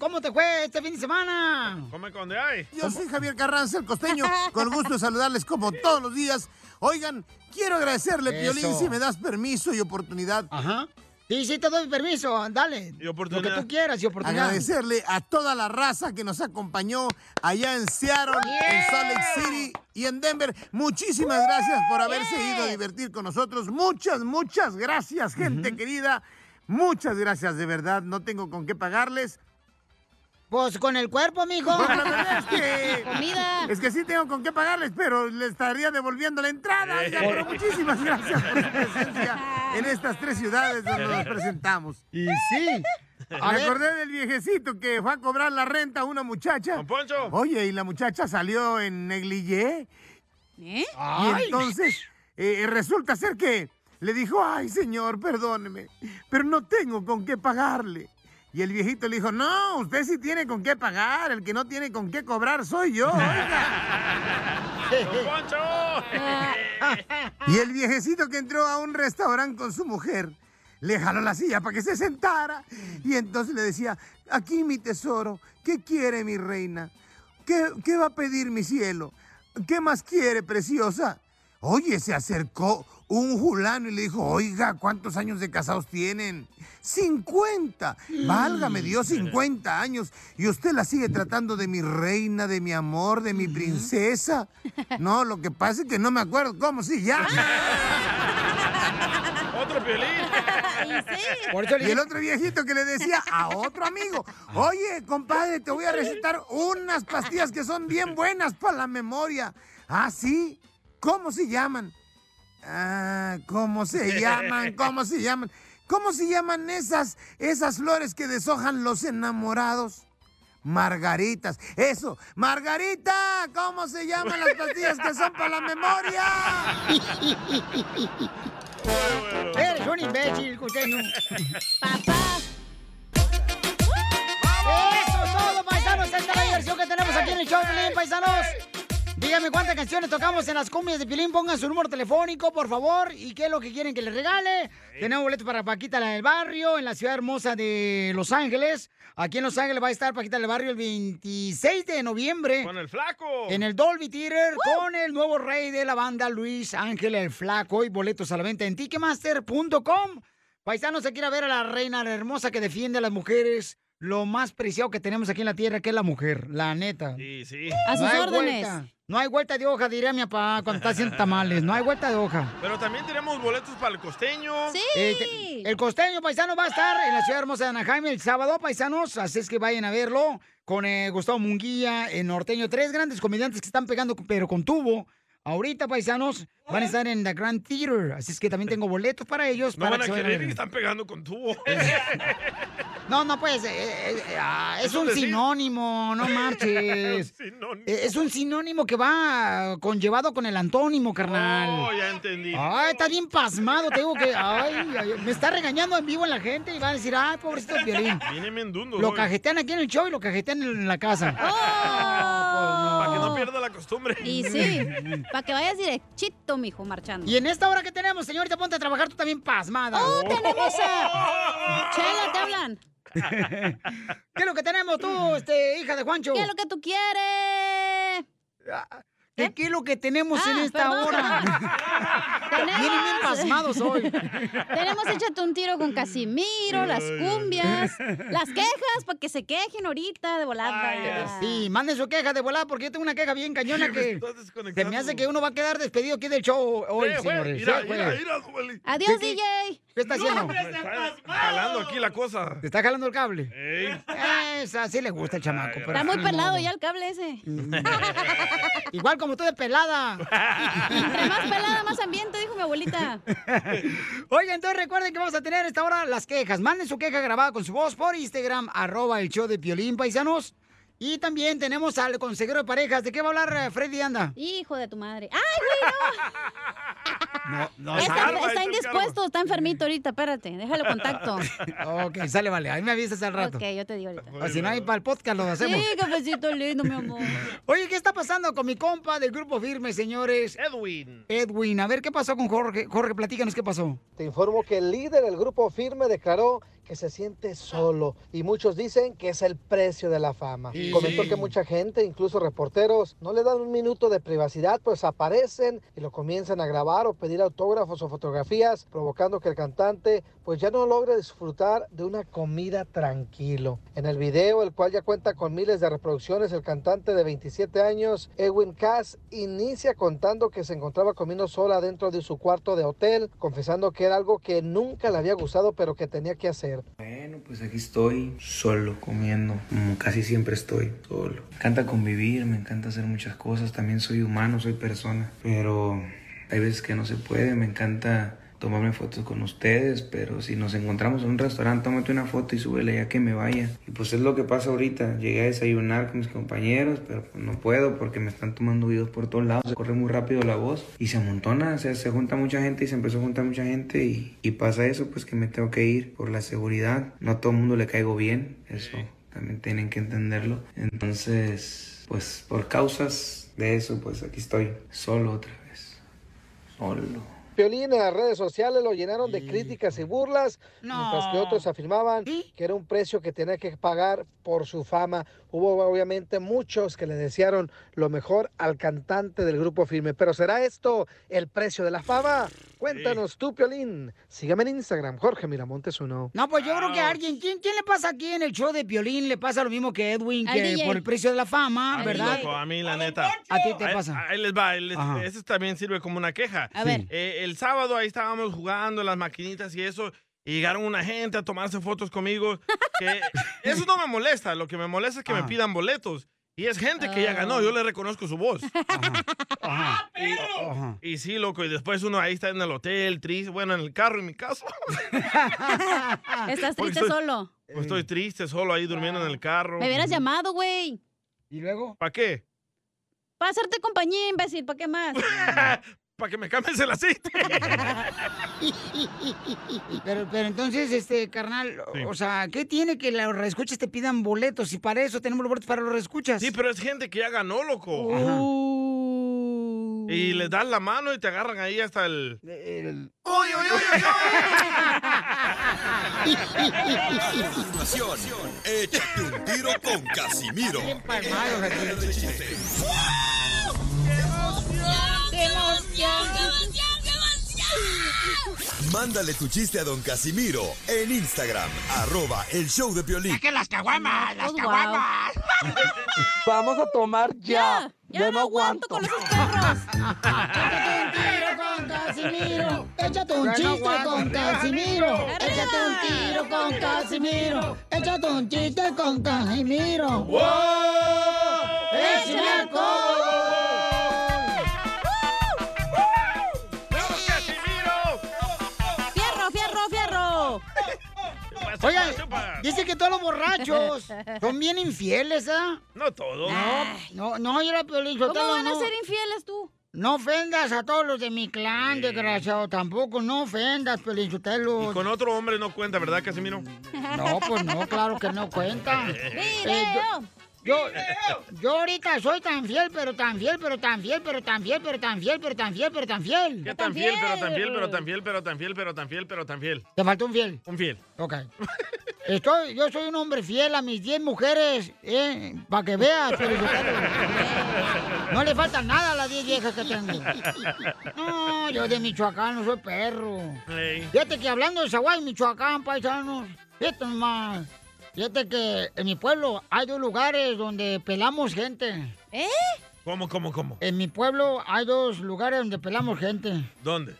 [SPEAKER 2] ¿Cómo te fue este fin de semana?
[SPEAKER 3] Come con de ahí.
[SPEAKER 14] Yo soy Javier Carranza, el costeño, con gusto de saludarles como todos los días. Oigan, quiero agradecerle,
[SPEAKER 2] Eso.
[SPEAKER 14] Piolín, si me das permiso y oportunidad.
[SPEAKER 2] Ajá. Sí, sí, te doy permiso, dale.
[SPEAKER 3] Y oportunidad.
[SPEAKER 2] Lo que tú quieras y oportunidad.
[SPEAKER 14] Agradecerle a toda la raza que nos acompañó allá en Seattle, en Salt Lake City y en Denver. Muchísimas gracias por haberse ido a divertir con nosotros. Muchas, muchas gracias, gente querida. Muchas gracias, de verdad. No tengo con qué pagarles.
[SPEAKER 2] Pues con el cuerpo, mijo.
[SPEAKER 14] Bueno, la verdad es que-
[SPEAKER 4] Comida.
[SPEAKER 14] Es que sí tengo con qué pagarles, pero le estaría devolviendo la entrada. oiga, pero muchísimas gracias por su presencia en estas tres ciudades donde nos presentamos.
[SPEAKER 2] Y sí. A
[SPEAKER 14] Me
[SPEAKER 2] ver.
[SPEAKER 14] acordé del viejecito que fue a cobrar la renta a una muchacha.
[SPEAKER 3] Poncho.
[SPEAKER 14] Oye, y la muchacha salió en negligé.
[SPEAKER 4] ¿Eh?
[SPEAKER 14] Y entonces eh, resulta ser que le dijo, ay señor, perdóneme, pero no tengo con qué pagarle. Y el viejito le dijo, no, usted sí tiene con qué pagar, el que no tiene con qué cobrar soy yo.
[SPEAKER 3] ¡Don Poncho!
[SPEAKER 14] Y el viejecito que entró a un restaurante con su mujer, le jaló la silla para que se sentara. Y entonces le decía, aquí mi tesoro, ¿qué quiere mi reina? ¿Qué, qué va a pedir mi cielo? ¿Qué más quiere, preciosa? Oye, se acercó un fulano y le dijo, oiga, ¿cuántos años de casados tienen? 50. Válgame Dios, 50 años. Y usted la sigue tratando de mi reina, de mi amor, de mi princesa. No, lo que pasa es que no me acuerdo cómo, sí, ya.
[SPEAKER 3] Otro violín.
[SPEAKER 2] Por eso le
[SPEAKER 14] Y el otro viejito que le decía a otro amigo, oye, compadre, te voy a recetar unas pastillas que son bien buenas para la memoria. Ah, sí. ¿Cómo se llaman? Ah, ¿cómo se llaman? ¿Cómo se llaman? ¿Cómo se llaman esas, esas flores que deshojan los enamorados? Margaritas. Eso, Margarita, ¿cómo se llaman las pastillas que son para la memoria?
[SPEAKER 2] Eres un imbécil, costeño. ¡Eso es todo, paisanos! Esta es la diversión que tenemos aquí en el show, Pelín, paisanos. Díganme cuántas canciones tocamos en las cumbias de Pilín. Pongan su número telefónico, por favor. Y qué es lo que quieren que les regale. Tenemos boletos para Paquita la del Barrio en la ciudad hermosa de Los Ángeles. Aquí en Los Ángeles va a estar Paquita la del Barrio el 26 de noviembre.
[SPEAKER 3] Con el flaco.
[SPEAKER 2] En el Dolby Theater con el nuevo rey de la banda, Luis Ángel el Flaco. Y boletos a la venta en Ticketmaster.com. Paisanos, se quiere ver a la reina la hermosa que defiende a las mujeres. Lo más preciado que tenemos aquí en la tierra, que es la mujer, la neta.
[SPEAKER 3] Sí, sí.
[SPEAKER 2] No hay vuelta. No hay vuelta de hoja, diría mi papá cuando está haciendo tamales. No hay vuelta de hoja.
[SPEAKER 3] Pero también tenemos boletos para el costeño. Sí.
[SPEAKER 2] Eh, te- el costeño paisano va a estar en la ciudad hermosa de Anaheim el sábado, paisanos. Así es que vayan a verlo con eh, Gustavo Munguía en Norteño. Tres grandes comediantes que están pegando, pero con tubo. Ahorita, paisanos, van a estar en The Grand Theater. Así es que también tengo boletos para ellos.
[SPEAKER 3] no
[SPEAKER 2] para
[SPEAKER 3] van
[SPEAKER 2] que
[SPEAKER 3] a
[SPEAKER 2] se vayan
[SPEAKER 3] querer
[SPEAKER 2] ver.
[SPEAKER 3] y están pegando con tubo.
[SPEAKER 2] No, no, pues, eh, eh, eh, ah, es
[SPEAKER 3] Eso
[SPEAKER 2] un
[SPEAKER 3] decir.
[SPEAKER 2] sinónimo, no marches.
[SPEAKER 3] Un sinónimo.
[SPEAKER 2] Eh, es un sinónimo que va conllevado con el antónimo, carnal.
[SPEAKER 3] Oh, ya entendí.
[SPEAKER 2] Ay, está bien pasmado, te digo que. Ay, ay, me está regañando en vivo en la gente y va a decir, ay, pobrecito de violín.
[SPEAKER 3] Viene mendundo.
[SPEAKER 2] Lo
[SPEAKER 3] hoy.
[SPEAKER 2] cajetean aquí en el show y lo cajetean en la casa.
[SPEAKER 3] Para que no pierda la costumbre.
[SPEAKER 4] Oh. Y sí, para que vayas directito, mijo, marchando.
[SPEAKER 2] Y en esta hora que tenemos, señorita, ponte a trabajar tú también pasmada.
[SPEAKER 4] ¡Oh, tenemos a... Chela, te hablan.
[SPEAKER 2] ¿Qué es lo que tenemos tú, este, hija de Juancho? Ah,
[SPEAKER 4] ¿Qué es lo que tú quieres? ¿Eh?
[SPEAKER 2] ¿Qué, qué es lo que tenemos en
[SPEAKER 4] Ah,
[SPEAKER 2] esta
[SPEAKER 4] perdón,
[SPEAKER 2] hora?
[SPEAKER 4] Tenemos-
[SPEAKER 2] Vienen bien pasmados hoy.
[SPEAKER 4] Tenemos Échate un tiro con Casimiro, las
[SPEAKER 2] Ay,
[SPEAKER 4] cumbias,
[SPEAKER 2] ay.
[SPEAKER 4] las quejas, para que se quejen ahorita de volada.
[SPEAKER 2] Eh, Sí, manden su queja de volada porque yo tengo una queja bien cañona que se me hace que uno va a quedar despedido aquí del show hoy,
[SPEAKER 3] Eh, güey,
[SPEAKER 2] señores.
[SPEAKER 3] mira,
[SPEAKER 2] Sí, güey.
[SPEAKER 3] mira, mira, güey.
[SPEAKER 4] Adiós,
[SPEAKER 2] ¿Qué- qué-
[SPEAKER 4] DJ.
[SPEAKER 2] ¿Qué está haciendo?
[SPEAKER 3] Jalando aquí la cosa.
[SPEAKER 2] ¿Te está jalando el cable?
[SPEAKER 3] Ey.
[SPEAKER 2] Esa sí le gusta el chamaco. pero
[SPEAKER 4] Está muy
[SPEAKER 2] ni
[SPEAKER 4] pelado
[SPEAKER 2] modo.
[SPEAKER 4] ya el cable ese.
[SPEAKER 2] Igual como tú de pelada.
[SPEAKER 4] Entre más pelada, más ambiente, dijo mi abuelita.
[SPEAKER 2] Oigan, entonces recuerden que vamos a tener a esta hora las quejas. Manden su queja grabada con su voz por Instagram, arroba el show de Piolín, paisanos. Y también tenemos al consejero de parejas. ¿De qué va a hablar eh, Freddy Anda?
[SPEAKER 4] Hijo de tu madre. ¡Ay,
[SPEAKER 2] No, no,
[SPEAKER 4] güey, no! Está, está indispuesto, está enfermito ahorita, espérate. Déjalo contacto.
[SPEAKER 2] Ok, sale, vale. Ahí me avisas al rato.
[SPEAKER 4] Ok, yo te digo ahorita.
[SPEAKER 2] O si no, ahí para el podcast lo hacemos.
[SPEAKER 4] Sí, cafecito lindo, mi amor.
[SPEAKER 2] Oye, ¿qué está pasando con mi compa del grupo firme, señores?
[SPEAKER 3] Edwin.
[SPEAKER 2] Edwin, a ver qué pasó con Jorge. Jorge, platícanos qué pasó.
[SPEAKER 5] Te informo que el líder del grupo firme declaró que se siente solo y muchos dicen que es el precio de la fama.
[SPEAKER 15] Sí.
[SPEAKER 5] Comentó que mucha gente, incluso reporteros, no le dan un minuto de privacidad, pues aparecen y lo comienzan a grabar o pedir autógrafos o fotografías, provocando que el cantante pues ya no logre disfrutar de una comida tranquilo. En el video, el cual ya cuenta con miles de reproducciones, el cantante de 27 años, Edwin Cass, inicia contando que se encontraba comiendo sola dentro de su cuarto de hotel, confesando que era algo que nunca le había gustado pero que tenía que hacer.
[SPEAKER 16] Bueno, pues aquí estoy solo comiendo, como casi siempre estoy solo. Me encanta convivir, me encanta hacer muchas cosas, también soy humano, soy persona, pero hay veces que no se puede, me encanta tomarme fotos con ustedes, pero si nos encontramos en un restaurante, tómate una foto y súbela ya que me vaya. Y pues es lo que pasa ahorita, llegué a desayunar con mis compañeros, pero pues no puedo porque me están tomando videos por todos lados, se corre muy rápido la voz y se amontona, se, se junta mucha gente y se empezó a juntar mucha gente y, y pasa eso, pues que me tengo que ir por la seguridad, no a todo el mundo le caigo bien, eso también tienen que entenderlo. Entonces, pues por causas de eso, pues aquí estoy, solo otra vez, solo.
[SPEAKER 5] Piolín en las redes sociales lo llenaron de críticas y burlas, mientras que otros afirmaban que era un precio que tenía que pagar por su fama. Hubo obviamente muchos que le desearon lo mejor al cantante del grupo firme. Pero ¿será esto el precio de la fama? Cuéntanos tú, Piolín. Sígame en Instagram, Jorge Miramontes uno.
[SPEAKER 2] No, pues yo creo
[SPEAKER 3] Ah.
[SPEAKER 2] que a alguien, ¿quién, ¿quién le pasa aquí en el show de Piolín? Le pasa lo mismo que Edwin,
[SPEAKER 3] Al
[SPEAKER 2] que
[SPEAKER 3] DJ.
[SPEAKER 2] por el precio de la fama,
[SPEAKER 3] A mí,
[SPEAKER 2] ¿verdad?
[SPEAKER 3] loco, a mí, la neta.
[SPEAKER 2] ¿A ti te
[SPEAKER 3] Ahí-
[SPEAKER 2] pasa?
[SPEAKER 3] Ahí, les va. Él
[SPEAKER 2] Ajá.
[SPEAKER 3] este también sirve como una queja.
[SPEAKER 2] A ver.
[SPEAKER 3] Eh, el sábado ahí estábamos jugando las maquinitas y eso. Y llegaron una gente a tomarse fotos conmigo. que- eso no me molesta. Lo que me molesta es que
[SPEAKER 2] Ah.
[SPEAKER 3] me pidan boletos. Y es gente que ya
[SPEAKER 4] Oh.
[SPEAKER 3] ganó. Yo le reconozco su voz. Ah, Y, y sí, loco. Y después uno ahí está en el hotel, triste. Bueno, en el carro, en mi caso.
[SPEAKER 4] Estás
[SPEAKER 3] Porque
[SPEAKER 4] triste
[SPEAKER 3] estoy-
[SPEAKER 4] solo.
[SPEAKER 3] Pues estoy triste, solo ahí durmiendo en el carro.
[SPEAKER 4] Ah. Me
[SPEAKER 2] Mm.
[SPEAKER 4] hubieras llamado, güey.
[SPEAKER 2] ¿Y luego?
[SPEAKER 3] ¿Para qué?
[SPEAKER 4] Para hacerte compañía, imbécil, ¿para qué más?
[SPEAKER 3] Para que me cambies el aceite.
[SPEAKER 2] Pero, pero entonces, este, carnal, o- o sea, ¿qué tiene que los reescuchas te pidan boletos? Y para eso tenemos los boletos para los reescuchas.
[SPEAKER 3] Sí, pero es gente que ya ganó, loco.
[SPEAKER 2] Ajá.
[SPEAKER 3] Y les das la mano y te agarran ahí hasta el...
[SPEAKER 1] ¡Uy, uy, uy!
[SPEAKER 7] A continuación, échate un tiro con Casimiro. Mándale tu chiste a don Casimiro en Instagram, arroba el show de Piolín.
[SPEAKER 1] ¡Que las caguamas! ¡Las caguamas!
[SPEAKER 5] Vamos a tomar ya. Ya, no, aguanto.
[SPEAKER 2] con Casimiro. Échate un chiste con Casimiro. Échate un tiro con Casimiro. Échate un chiste con Casimiro.
[SPEAKER 1] ¡Wow! ¡Échame
[SPEAKER 3] ¡Vamos, Casimiro!
[SPEAKER 4] ¡Fierro, fierro, fierro!
[SPEAKER 2] Oigan, dice que todos los borrachos son bien infieles, ¿ah?
[SPEAKER 3] No todos.
[SPEAKER 2] No, no, yo era Piolín
[SPEAKER 4] ¿Cómo
[SPEAKER 2] Sotelo,
[SPEAKER 4] van a
[SPEAKER 2] no.
[SPEAKER 4] ser infieles tú?
[SPEAKER 2] No ofendas a todos los de mi clan, desgraciado. Tampoco, no ofendas, Piolín Sotelo.
[SPEAKER 3] Y con otro hombre no cuenta, ¿verdad, Casimiro?
[SPEAKER 2] No, pues no, claro que no cuenta. Eh, yo- yo, yo ahorita soy tan fiel, pero tan fiel, pero tan fiel, pero tan fiel, pero tan fiel, pero tan fiel, pero tan fiel.
[SPEAKER 3] ¿Qué tan fiel, pero tan fiel, pero tan fiel, pero tan fiel, pero tan fiel, pero tan fiel?
[SPEAKER 2] Te faltó un fiel.
[SPEAKER 3] Un fiel.
[SPEAKER 2] Ok. Estoy, yo soy un hombre fiel a mis 10 mujeres, ¿eh? Para que veas, Piolín Sotelo. No le falta nada a las 10 viejas que tengo. No, yo de Michoacán no soy perro.
[SPEAKER 3] Ey.
[SPEAKER 2] Fíjate que hablando de Zaguay, Michoacán, paisanos, fíjate nomás. Fíjate que en mi pueblo hay dos lugares donde pelamos gente. ¿Eh?
[SPEAKER 3] ¿Cómo, cómo, cómo?
[SPEAKER 2] En mi pueblo hay dos lugares donde pelamos gente.
[SPEAKER 3] ¿Dónde?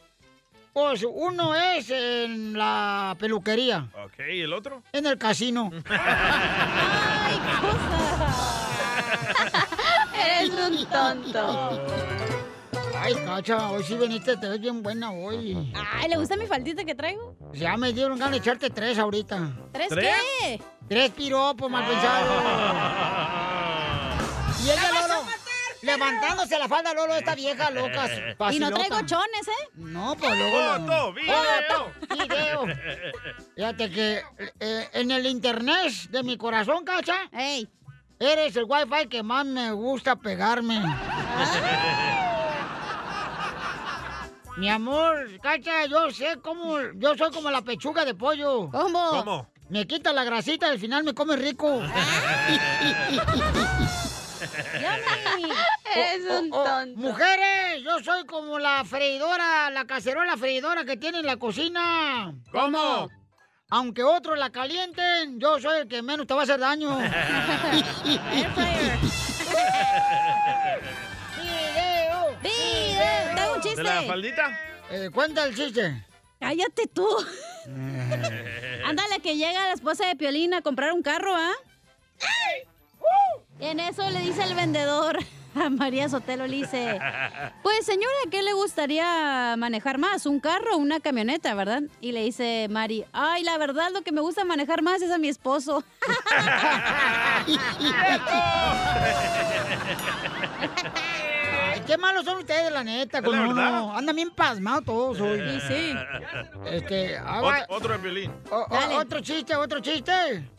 [SPEAKER 2] Pues uno es en la peluquería,
[SPEAKER 3] Ok, ¿y el otro?
[SPEAKER 2] en el casino.
[SPEAKER 4] Eres un tonto.
[SPEAKER 2] Ay, cacha, hoy sí veniste, te ves bien buena hoy.
[SPEAKER 4] Ay, ¿le gusta mi faldita que traigo?
[SPEAKER 2] Ya me dieron ganas de echarte tres ahorita.
[SPEAKER 4] ¿Tres qué?
[SPEAKER 2] Tres piropos, mal pensado. Y ella, Lolo, levantándose la falda, Lolo, esta vieja loca.
[SPEAKER 4] Y no traigo
[SPEAKER 2] facilota.
[SPEAKER 4] chones, ¿eh?
[SPEAKER 2] No, pues luego. lo-
[SPEAKER 4] Foto, video.
[SPEAKER 2] Foto, video. Fíjate que eh, en el internet de mi corazón, cacha. Eres el wifi que más me gusta pegarme.
[SPEAKER 4] Ah.
[SPEAKER 2] Mi amor, cacha, yo sé cómo. Yo soy como la pechuga de pollo. ¿Cómo?
[SPEAKER 1] ¿Cómo?
[SPEAKER 2] Me quita la grasita y al final me come rico.
[SPEAKER 1] Eres un tonto.
[SPEAKER 2] Mujeres, yo soy como la freidora, la cacerola freidora que tiene en la cocina.
[SPEAKER 1] ¿Cómo?
[SPEAKER 2] Aunque otros la calienten, yo soy el que menos te va a hacer daño. ¡Video!
[SPEAKER 4] ¡Video! Tengo un chiste.
[SPEAKER 3] ¿De la faldita?
[SPEAKER 2] Eh, cuenta el chiste.
[SPEAKER 4] Cállate tú. Ándale, que llega la esposa de Piolín a comprar un carro, ¿ah? Y en eso le dice el vendedor a María Sotelo, le dice... Pues señora, ¿qué le gustaría manejar más? ¿Un carro o una camioneta, verdad? Y le dice Mari, ay, la verdad lo que me gusta manejar más es a mi esposo.
[SPEAKER 2] Ay, qué malos son ustedes, la neta, con
[SPEAKER 3] la verdad.
[SPEAKER 2] uno. Andan bien pasmados todos hoy. Este, ah,
[SPEAKER 3] Ot-
[SPEAKER 2] va-
[SPEAKER 3] otro de violín.
[SPEAKER 2] O- o- Oh, otro chiste, otro chiste.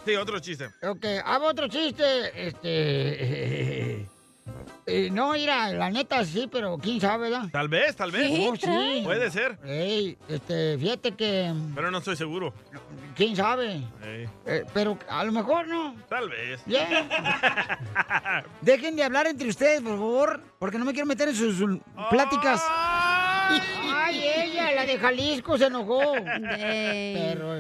[SPEAKER 3] Sí, otro chiste.
[SPEAKER 2] Ok, hago otro chiste. Este. eh, no, mira, la neta sí, pero quién sabe, ¿verdad?
[SPEAKER 3] Tal vez, tal vez.
[SPEAKER 2] Sí, Oh, trae. sí.
[SPEAKER 3] Puede ser,
[SPEAKER 2] Ey, este, fíjate que.
[SPEAKER 3] pero no estoy seguro.
[SPEAKER 2] ¿Quién sabe?
[SPEAKER 3] Ey,
[SPEAKER 2] Eh, pero a lo mejor no.
[SPEAKER 3] Tal vez.
[SPEAKER 2] Bien. Dejen de hablar entre ustedes, por favor, porque no me quiero meter en sus um, pláticas. Ay, ella, la de Jalisco se enojó. Pero,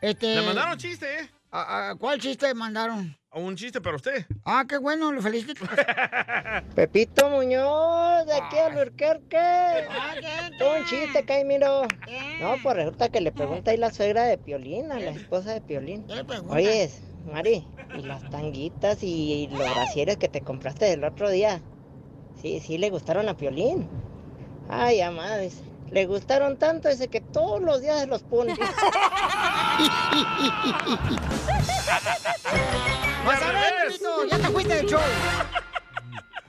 [SPEAKER 2] este.
[SPEAKER 3] eh. Le mandaron chiste, ¿eh?
[SPEAKER 2] ¿A- a ¿Cuál chiste mandaron?
[SPEAKER 3] Un chiste para usted.
[SPEAKER 2] Ah, qué bueno, lo felicito.
[SPEAKER 15] Pepito Muñoz, de aquí a Lurquerque. Todo un chiste, Caimiro. No, pues resulta que le pregunta ahí la suegra de Piolín,
[SPEAKER 2] Eh.
[SPEAKER 15] a la esposa de Piolín. Oye, Mari, ¿y las tanguitas y los brasieres que te compraste del otro día? Sí, sí, le gustaron a Piolín. Ay, amada, dice, le gustaron tanto, dice que todos los días se los pone.
[SPEAKER 2] Vas a ver, Pepito, ya te fuiste del show.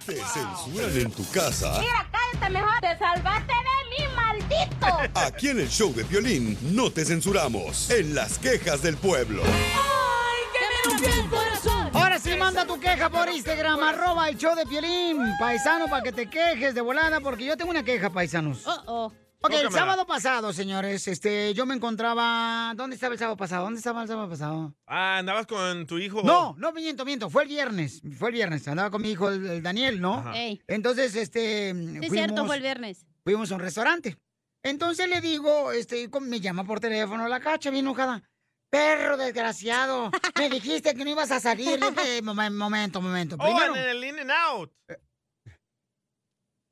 [SPEAKER 7] Te censuran en tu casa.
[SPEAKER 4] cállate mejor. Te salvaste de mí, maldito.
[SPEAKER 7] Aquí en el show de Piolín no te censuramos. En las quejas del pueblo.
[SPEAKER 4] ¡Ay, que me rompió el corazón!
[SPEAKER 2] Ahora sí, Manda tu queja por
[SPEAKER 3] Pues.
[SPEAKER 2] Instagram, arroba el show de Piolín, paisano, para que te quejes de volada, porque yo tengo una queja, paisanos. Ok, el
[SPEAKER 4] Tócamela.
[SPEAKER 2] sábado pasado, señores, este, yo me encontraba... ¿Dónde estaba el sábado pasado? ¿Dónde estaba el sábado pasado?
[SPEAKER 3] Ah, andabas con tu hijo. Oh,
[SPEAKER 2] No, no, miento, miento, fue el viernes, fue el viernes, andaba con mi hijo, el, el Daniel, ¿no?
[SPEAKER 4] Ajá. Ey.
[SPEAKER 2] Entonces, este,
[SPEAKER 4] Sí, es cierto, fue el viernes.
[SPEAKER 2] fuimos a un restaurante. Entonces le digo, este, con- me llama por teléfono la cacha, bien enojada. Perro desgraciado, me dijiste que no ibas a salir. Le dije, "Eh, "Momen- momento, momento.
[SPEAKER 3] Oh,
[SPEAKER 2] Primero.
[SPEAKER 3] en el in and out.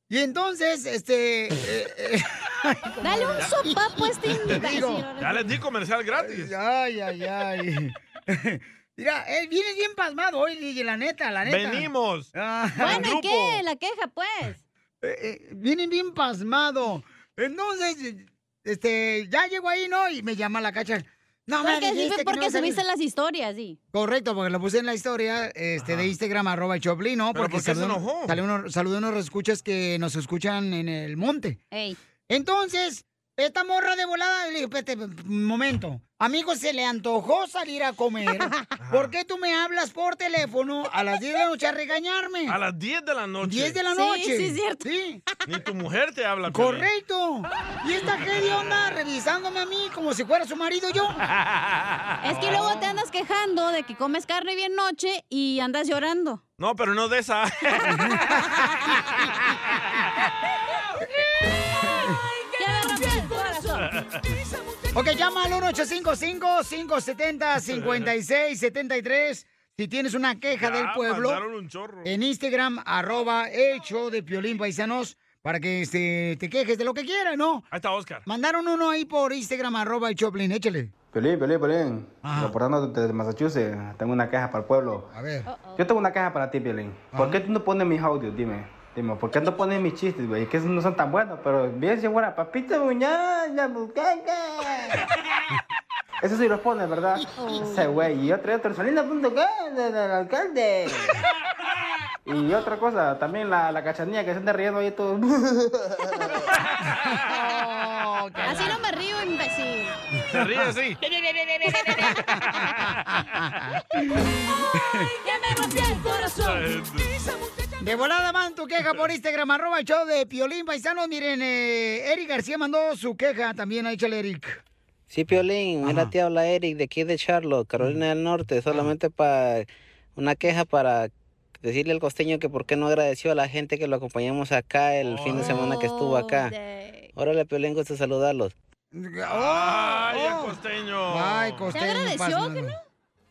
[SPEAKER 2] Y entonces, este.
[SPEAKER 3] Dale un sopapo
[SPEAKER 2] a este
[SPEAKER 3] Ya les di comercial gratis.
[SPEAKER 2] Ay, ay, ay. Mira, él viene bien pasmado hoy, DJ, la neta, la neta.
[SPEAKER 3] Venimos.
[SPEAKER 2] Ah.
[SPEAKER 4] Bueno, ¿y qué? La queja, pues.
[SPEAKER 2] eh, eh, vienen bien pasmado. Entonces, eh, este, ya llego ahí, ¿no? Y me llama la cacha. No, me
[SPEAKER 4] porque Pues sí
[SPEAKER 2] dijiste
[SPEAKER 4] fue
[SPEAKER 2] que
[SPEAKER 4] porque
[SPEAKER 2] no ibas a
[SPEAKER 4] subiste
[SPEAKER 2] salir".
[SPEAKER 4] las historias, sí.
[SPEAKER 2] Correcto, porque lo puse en la historia este, de Instagram, arroba el Choplin, ¿no?
[SPEAKER 4] ¿Pero
[SPEAKER 2] Porque
[SPEAKER 4] por qué se
[SPEAKER 2] saludó-
[SPEAKER 4] enojó?
[SPEAKER 2] salió uno- saludó a unos escuchas que nos escuchan en el monte. Entonces, esta morra de volada, le dije, espérate, un momento. Amigo, se le antojó salir a comer. ¿Por qué tú me hablas por teléfono a las 10 de la noche a regañarme?
[SPEAKER 3] A las 10 de la noche.
[SPEAKER 2] 10 de la noche. Sí.
[SPEAKER 3] Ni tu mujer te habla. Piolín.
[SPEAKER 2] Correcto. Y esta onda revisándome a mí como si fuera su marido yo.
[SPEAKER 4] Es que luego te andas quejando de que comes carne bien noche y andas llorando.
[SPEAKER 3] No, pero no de esa.
[SPEAKER 2] Ok, llama al 1-855-570-5673 si tienes una queja
[SPEAKER 3] Ya,
[SPEAKER 2] del pueblo.
[SPEAKER 3] Ah, mandaron un chorro.
[SPEAKER 2] En Instagram, arroba hecho de Piolín Paisanos, para que este, te quejes de lo que quieras, ¿no?
[SPEAKER 3] Ahí está Oscar.
[SPEAKER 2] Mandaron uno ahí por Instagram, arroba el Choplin, échale.
[SPEAKER 17] Piolín, Piolín, Piolín. Reportándote desde Massachusetts, tengo una queja para el pueblo.
[SPEAKER 2] A ver.
[SPEAKER 17] Yo tengo una queja para ti, Piolín. ¿Por qué tú no pones mis audios? Dime. Dime, ¿por qué no pones mis chistes, güey? Que esos no son tan buenos, pero bien si fuera papita muñaña, bucaca. Eso sí los pones, ¿verdad? Ese güey. Y otro, y otro, salina.com del alcalde. Y otra cosa, también la, la cachanilla que se anda riendo ahí todo.
[SPEAKER 2] Oh,
[SPEAKER 4] Así no me río, imbécil.
[SPEAKER 17] Se ríe así.
[SPEAKER 2] De volada man tu queja por Instagram, arroba el show de Piolín Paisanos. Miren, eh, Eric García mandó su queja también, ahí, échale Eric.
[SPEAKER 18] Sí, Piolín, mira, te habla Eric de aquí de Charlotte, Carolina del Norte, solamente para una queja para decirle al costeño que por qué no agradeció a la gente que lo acompañamos acá el fin de semana que estuvo acá. Órale, Piolín, gusto saludarlos.
[SPEAKER 3] Ay, el costeño.
[SPEAKER 2] Ah, oh. Ay, costeño.
[SPEAKER 3] ¿Te agradeció
[SPEAKER 2] pásmalo.
[SPEAKER 3] que no?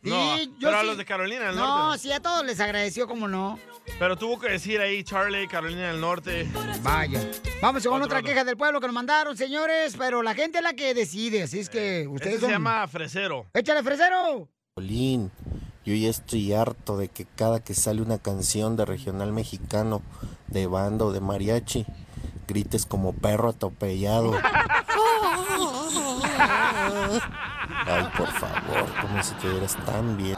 [SPEAKER 2] Sí,
[SPEAKER 3] No,
[SPEAKER 2] yo
[SPEAKER 3] pero a
[SPEAKER 2] sí.
[SPEAKER 3] los de Carolina del
[SPEAKER 2] no,
[SPEAKER 3] Norte.
[SPEAKER 2] sí, a todos les agradeció, como no.
[SPEAKER 3] Pero tuvo que decir ahí Charlie, Carolina del Norte.
[SPEAKER 2] Vaya. Vamos con
[SPEAKER 3] Otro,
[SPEAKER 2] otra
[SPEAKER 3] otro.
[SPEAKER 2] queja del pueblo que nos mandaron, señores, pero la gente es la que decide, así es que ustedes
[SPEAKER 3] Este
[SPEAKER 2] son-
[SPEAKER 3] se llama Fresero.
[SPEAKER 2] ¡Échale, fresero!
[SPEAKER 19] Piolín, yo ya estoy harto de que cada que sale una canción de regional mexicano, de banda o de mariachi, grites como perro atropellado. Ay, por favor, como si estuvieras tan bien.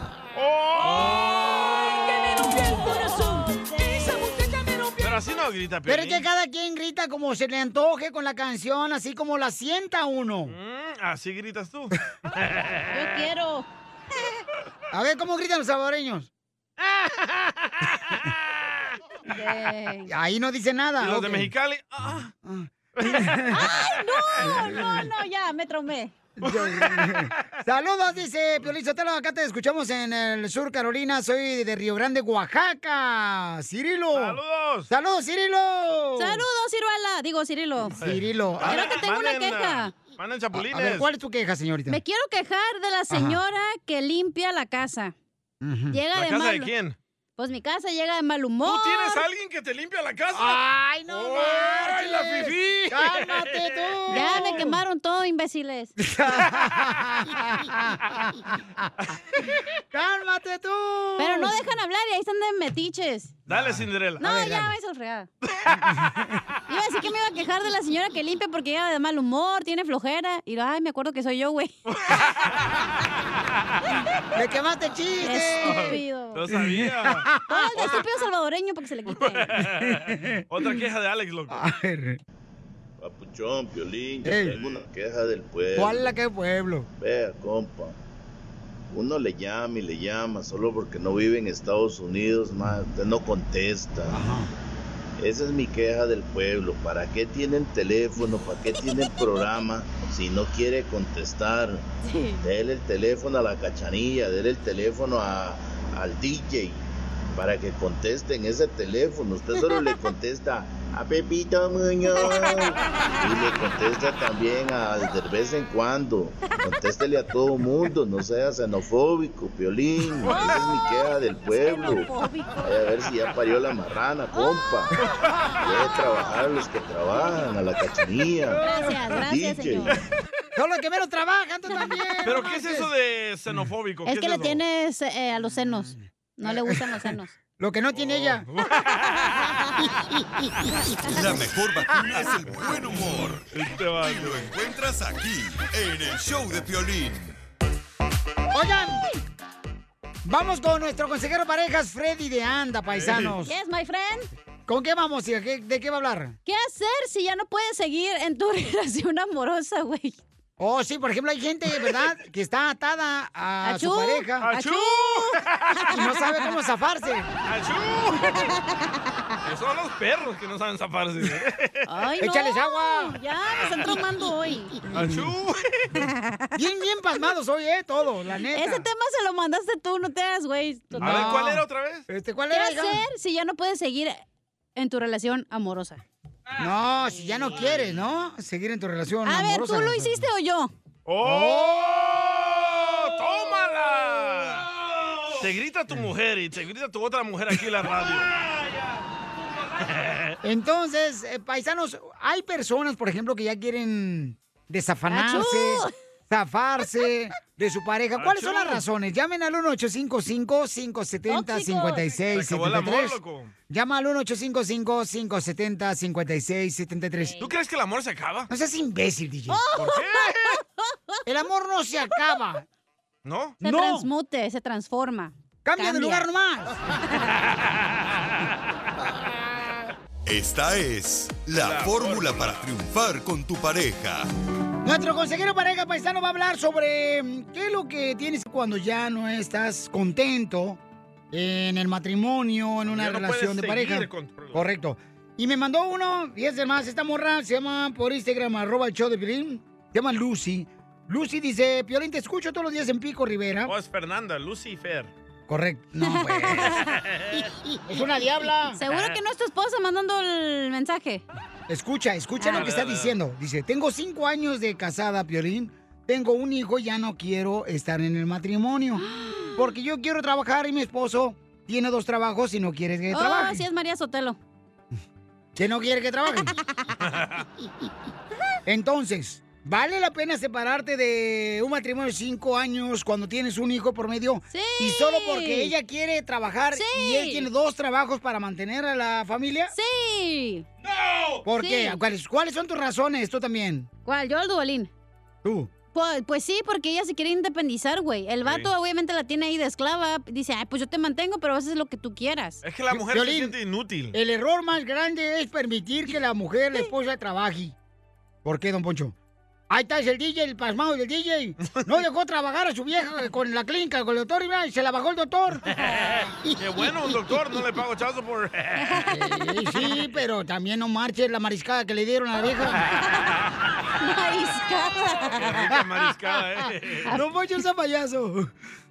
[SPEAKER 3] Pero así no grita
[SPEAKER 2] Pero es
[SPEAKER 3] Piolín.
[SPEAKER 2] que cada quien grita como se le antoje con la canción, así como la sienta uno.
[SPEAKER 3] Mm, Así gritas tú.
[SPEAKER 4] Yo quiero.
[SPEAKER 2] A ver cómo gritan los salvadoreños. Ahí no dice nada.
[SPEAKER 3] Y los de
[SPEAKER 2] ok.
[SPEAKER 3] Mexicali.
[SPEAKER 4] ¡Ay, no! No, no, ya, me traumé.
[SPEAKER 2] Saludos, dice Piolín Sotelo. Acá te escuchamos en el sur Carolina. Soy de Río Grande, Oaxaca. Cirilo.
[SPEAKER 3] Saludos.
[SPEAKER 2] Saludos, Cirilo.
[SPEAKER 4] Saludos, Ciruela. Digo, Cirilo.
[SPEAKER 2] Cirilo. A
[SPEAKER 4] Creo
[SPEAKER 2] ver,
[SPEAKER 4] que tengo una
[SPEAKER 2] manden,
[SPEAKER 4] queja.
[SPEAKER 3] Mandan
[SPEAKER 2] a ver, ¿cuál es tu queja, señorita?
[SPEAKER 4] Me quiero quejar de la señora que limpia la casa.
[SPEAKER 2] Ujú.
[SPEAKER 4] Llega
[SPEAKER 3] ¿La
[SPEAKER 4] de
[SPEAKER 3] casa
[SPEAKER 4] mal...
[SPEAKER 3] de quién?
[SPEAKER 4] Pues mi casa llega de mal humor.
[SPEAKER 3] ¿Tú tienes a alguien que te limpia la casa?
[SPEAKER 2] ¡Ay,
[SPEAKER 3] no! ¡Ay, la fifí!
[SPEAKER 2] ¡Cálmate tú!
[SPEAKER 4] Ya me quemaron todo, imbéciles.
[SPEAKER 2] ¡Cálmate tú!
[SPEAKER 4] Pero no dejan hablar y ahí están de metiches.
[SPEAKER 3] Dale, Cinderela.
[SPEAKER 4] No, ya me hizo fregada. iba a decir que me iba a quejar de la señora que limpia porque llega de mal humor, tiene flojera. Y ay, me acuerdo que soy yo, güey.
[SPEAKER 2] ¡Me quemaste el chiste!
[SPEAKER 4] Estúpido.
[SPEAKER 3] No sabía.
[SPEAKER 4] Todo el de estúpido salvadoreño porque se le quite.
[SPEAKER 3] Otra queja de Alex, loco.
[SPEAKER 20] Papuchón, Piolín, yo
[SPEAKER 2] Ey.
[SPEAKER 20] tengo una queja del pueblo.
[SPEAKER 2] ¿Cuál es la que es pueblo?
[SPEAKER 20] Vea, compa.
[SPEAKER 14] uno le llama y le llama solo porque no vive en Estados Unidos, más usted no contesta. Esa es mi queja del pueblo. ¿Para qué tienen teléfono? ¿Para qué tienen programa si no quiere contestar?
[SPEAKER 1] Sí.
[SPEAKER 14] Dele el teléfono a la cachanilla, dele el teléfono a- al DJ para que contesten ese teléfono. Usted solo le contesta a Pepito Muñoz y le contesta también a, de vez en cuando. Contéstele a todo mundo, no sea xenofóbico, Piolín. Esa es mi queja del pueblo. Vaya a ver si ya parió la marrana, compa. Debe trabajar los que trabajan, a la cachanilla.
[SPEAKER 4] Gracias,
[SPEAKER 14] al
[SPEAKER 4] gracias,
[SPEAKER 14] DJ.
[SPEAKER 4] señor.
[SPEAKER 2] Son los que menos trabajan, tú también.
[SPEAKER 3] ¿Pero qué es eso de xenofóbico? ¿Qué
[SPEAKER 4] Es que le
[SPEAKER 3] eso?
[SPEAKER 4] tienes eh, a los senos. No le gustan los senos.
[SPEAKER 2] Lo que no tiene ella.
[SPEAKER 3] Oh.
[SPEAKER 7] La mejor vacuna es el buen humor. Y lo encuentras aquí, en el show de Piolín.
[SPEAKER 2] Oigan, vamos con nuestro consejero de parejas, Freddy de Anda, paisanos.
[SPEAKER 4] Yes, my friend.
[SPEAKER 2] ¿Con qué vamos? hija? ¿Qué- ¿De qué va a hablar?
[SPEAKER 4] ¿Qué hacer si ya no puedes seguir en tu relación amorosa, güey?
[SPEAKER 2] Oh, sí, por ejemplo, hay gente, ¿verdad? Que está atada a
[SPEAKER 4] Achú,
[SPEAKER 2] su pareja.
[SPEAKER 4] achú.
[SPEAKER 2] Y no sabe cómo zafarse.
[SPEAKER 3] Ah, Son los perros que no saben zafarse.
[SPEAKER 4] Ay, no.
[SPEAKER 2] ¡Échales agua!
[SPEAKER 4] Ya, me están tomando hoy.
[SPEAKER 3] Achú.
[SPEAKER 2] Bien, bien pasmados hoy, ¿eh? Todo, la neta.
[SPEAKER 4] Ese tema se lo mandaste tú, no te hagas, güey.
[SPEAKER 2] A ver, ¿cuál era
[SPEAKER 3] otra vez?
[SPEAKER 2] Este, ¿Cuál
[SPEAKER 4] ¿Qué
[SPEAKER 2] era? hija?
[SPEAKER 4] hacer si ya no puedes seguir en tu relación amorosa?
[SPEAKER 2] No, si ya no quieres, ¿no? Seguir en tu relación.
[SPEAKER 4] A ver,
[SPEAKER 2] amorosa.
[SPEAKER 4] ¿tú lo hiciste o yo?
[SPEAKER 2] Oh.
[SPEAKER 3] ¡Oh! ¡Tómala! Te grita tu mujer y te grita tu otra mujer aquí en la radio.
[SPEAKER 2] Entonces, eh, paisanos, hay personas, por ejemplo, que ya quieren desafanarse,
[SPEAKER 4] ¡Achú!
[SPEAKER 2] zafarse de su pareja. ¿Cuáles son
[SPEAKER 4] ¡Achú!
[SPEAKER 2] las razones? Llamen al 1-855-570-5673. Llama al 1-855-570-5673.
[SPEAKER 3] ¿Tú crees que el amor se acaba?
[SPEAKER 2] No seas imbécil, DJ.
[SPEAKER 4] Oh.
[SPEAKER 3] ¿Por qué?
[SPEAKER 2] El amor no se acaba.
[SPEAKER 3] ¿No?
[SPEAKER 4] Se
[SPEAKER 2] No.
[SPEAKER 4] transmute, se transforma.
[SPEAKER 2] Cambia, de lugar nomás.
[SPEAKER 7] Esta es la, fórmula para triunfar con tu pareja.
[SPEAKER 2] Nuestro consejero pareja paisano va a hablar sobre mm, qué es lo que tienes cuando ya no estás contento en el matrimonio, en una
[SPEAKER 3] Ya no
[SPEAKER 2] relación
[SPEAKER 3] puedes
[SPEAKER 2] de
[SPEAKER 3] seguir
[SPEAKER 2] pareja.
[SPEAKER 3] con-
[SPEAKER 2] Correcto. Y me mandó uno, y es el más, esta morra se llama por Instagram, arroba el show de Piolín, se llama Lucy. Lucy dice, Piolín, te escucho todos los días en Pico Rivera.
[SPEAKER 3] Oh, es Fernanda, Lucifer.
[SPEAKER 2] Correcto. No, pues. Es una diabla.
[SPEAKER 4] Seguro que no es tu esposa mandando el mensaje.
[SPEAKER 2] Escucha, escucha
[SPEAKER 4] Ah.
[SPEAKER 2] lo que está diciendo. Dice, tengo cinco años de casada, Piolín. Tengo un hijo y ya no quiero estar en el matrimonio. Porque yo quiero trabajar y mi esposo tiene dos trabajos y no quiere que
[SPEAKER 4] Oh,
[SPEAKER 2] trabaje.
[SPEAKER 4] sí es María Sotelo.
[SPEAKER 2] Que no quiere que trabaje. Entonces, ¿vale la pena separarte de un matrimonio de cinco años cuando tienes un hijo por medio?
[SPEAKER 4] Sí.
[SPEAKER 2] Y solo porque ella quiere trabajar
[SPEAKER 4] Sí.
[SPEAKER 2] y él tiene dos trabajos para mantener a la familia.
[SPEAKER 4] Sí.
[SPEAKER 3] ¡No!
[SPEAKER 2] ¿Por
[SPEAKER 4] Sí.
[SPEAKER 2] qué? ¿Cuáles, cuáles son tus razones? Tú también.
[SPEAKER 4] ¿Cuál? Yo el duolín.
[SPEAKER 2] Tú.
[SPEAKER 4] Pues, pues sí, porque ella se quiere independizar, güey. El vato obviamente la tiene ahí de esclava. Dice, ay, pues yo te mantengo, pero haces lo que tú quieras.
[SPEAKER 3] Es que la mujer se
[SPEAKER 2] Violín.
[SPEAKER 3] siente inútil.
[SPEAKER 2] El error más grande es permitir que la mujer, la esposa, trabaje. ¿Por qué, don Poncho? Ahí está es el DJ, el pasmado del DJ. No dejó trabajar a su vieja con la clínica, con el doctor, y mira, se la bajó el doctor.
[SPEAKER 3] Qué bueno, un doctor, no le pago chazo por.
[SPEAKER 2] Sí, sí, pero también no marche la mariscada que le dieron a la vieja.
[SPEAKER 4] Mariscada.
[SPEAKER 3] Qué rica mariscada, eh.
[SPEAKER 2] Don Poncho es un payaso.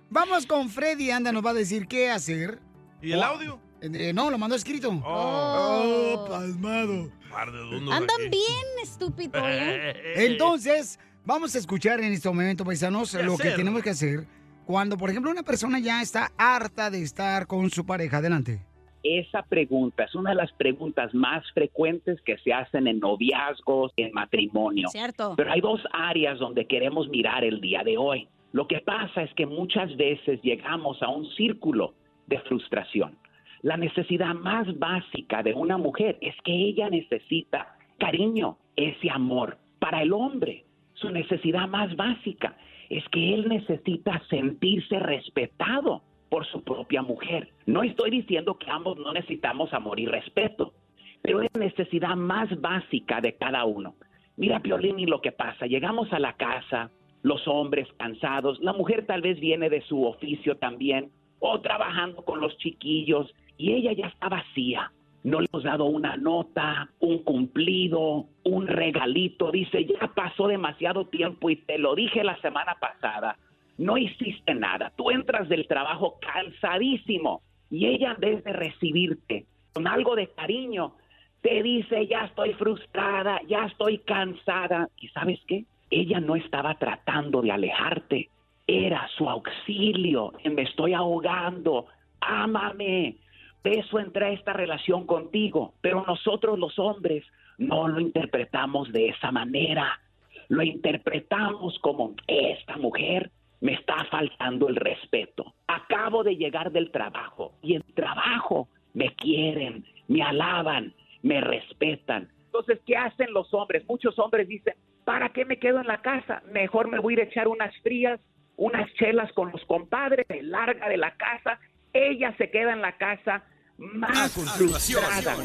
[SPEAKER 2] Vamos con Freddy, anda, nos va a decir qué hacer.
[SPEAKER 3] ¿Y el audio?
[SPEAKER 2] Eh, no, lo mandó escrito.
[SPEAKER 3] Oh.
[SPEAKER 2] Oh, pasmado.
[SPEAKER 3] Par de dundos
[SPEAKER 4] Andan
[SPEAKER 3] aquí.
[SPEAKER 4] bien, estúpido, ¿eh?
[SPEAKER 2] Entonces, vamos a escuchar en este momento, paisanos,
[SPEAKER 4] ¿Qué
[SPEAKER 2] lo que
[SPEAKER 4] hacer?
[SPEAKER 2] tenemos que hacer cuando, por ejemplo, una persona ya está harta de estar con su pareja. Adelante.
[SPEAKER 20] Esa pregunta es una de las preguntas más frecuentes que se hacen en noviazgos, en matrimonio.
[SPEAKER 4] Cierto.
[SPEAKER 20] Pero hay dos áreas donde queremos mirar el día de hoy. Lo que pasa es que muchas veces llegamos a un círculo de frustración. La necesidad más básica de una mujer es que ella necesita cariño, ese amor. Para el hombre, su necesidad más básica es que él necesita sentirse respetado por su propia mujer. No estoy diciendo que ambos no necesitamos amor y respeto, pero es la necesidad más básica de cada uno. Mira, Piolín, y lo que pasa, llegamos a la casa, los hombres cansados, la mujer tal vez viene de su oficio también, o trabajando con los chiquillos, y ella ya está vacía. No le hemos dado una nota, un cumplido, un regalito. Dice, ya pasó demasiado tiempo y te lo dije la semana pasada. No hiciste nada. Tú entras del trabajo cansadísimo y ella en vez de recibirte con algo de cariño, te dice, ya estoy frustrada, ya estoy cansada. ¿Y sabes qué? Ella no estaba tratando de alejarte, era su auxilio. Me estoy ahogando, ámame. De eso entra esta relación contigo, pero nosotros los hombres no lo interpretamos de esa manera. Lo interpretamos como esta mujer me está faltando el respeto. Acabo de llegar del trabajo y en trabajo me quieren, me alaban, me respetan. Entonces, ¿qué hacen los hombres? Muchos hombres dicen, ¿para qué me quedo en la casa? Mejor me voy a ir a echar unas frías, unas chelas con los compadres, me larga de la casa, ella se queda en la casa más frustrada.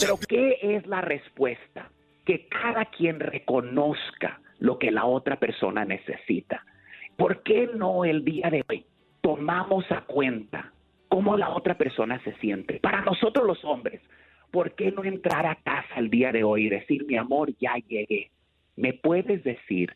[SPEAKER 20] Pero ¿qué es la respuesta? Que cada quien reconozca lo que la otra persona necesita. ¿Por qué no el día de hoy tomamos a cuenta cómo la otra persona se siente? Para nosotros los hombres, ¿por qué no entrar a casa el día de hoy y decir, mi amor, ya llegué? ¿Me puedes decir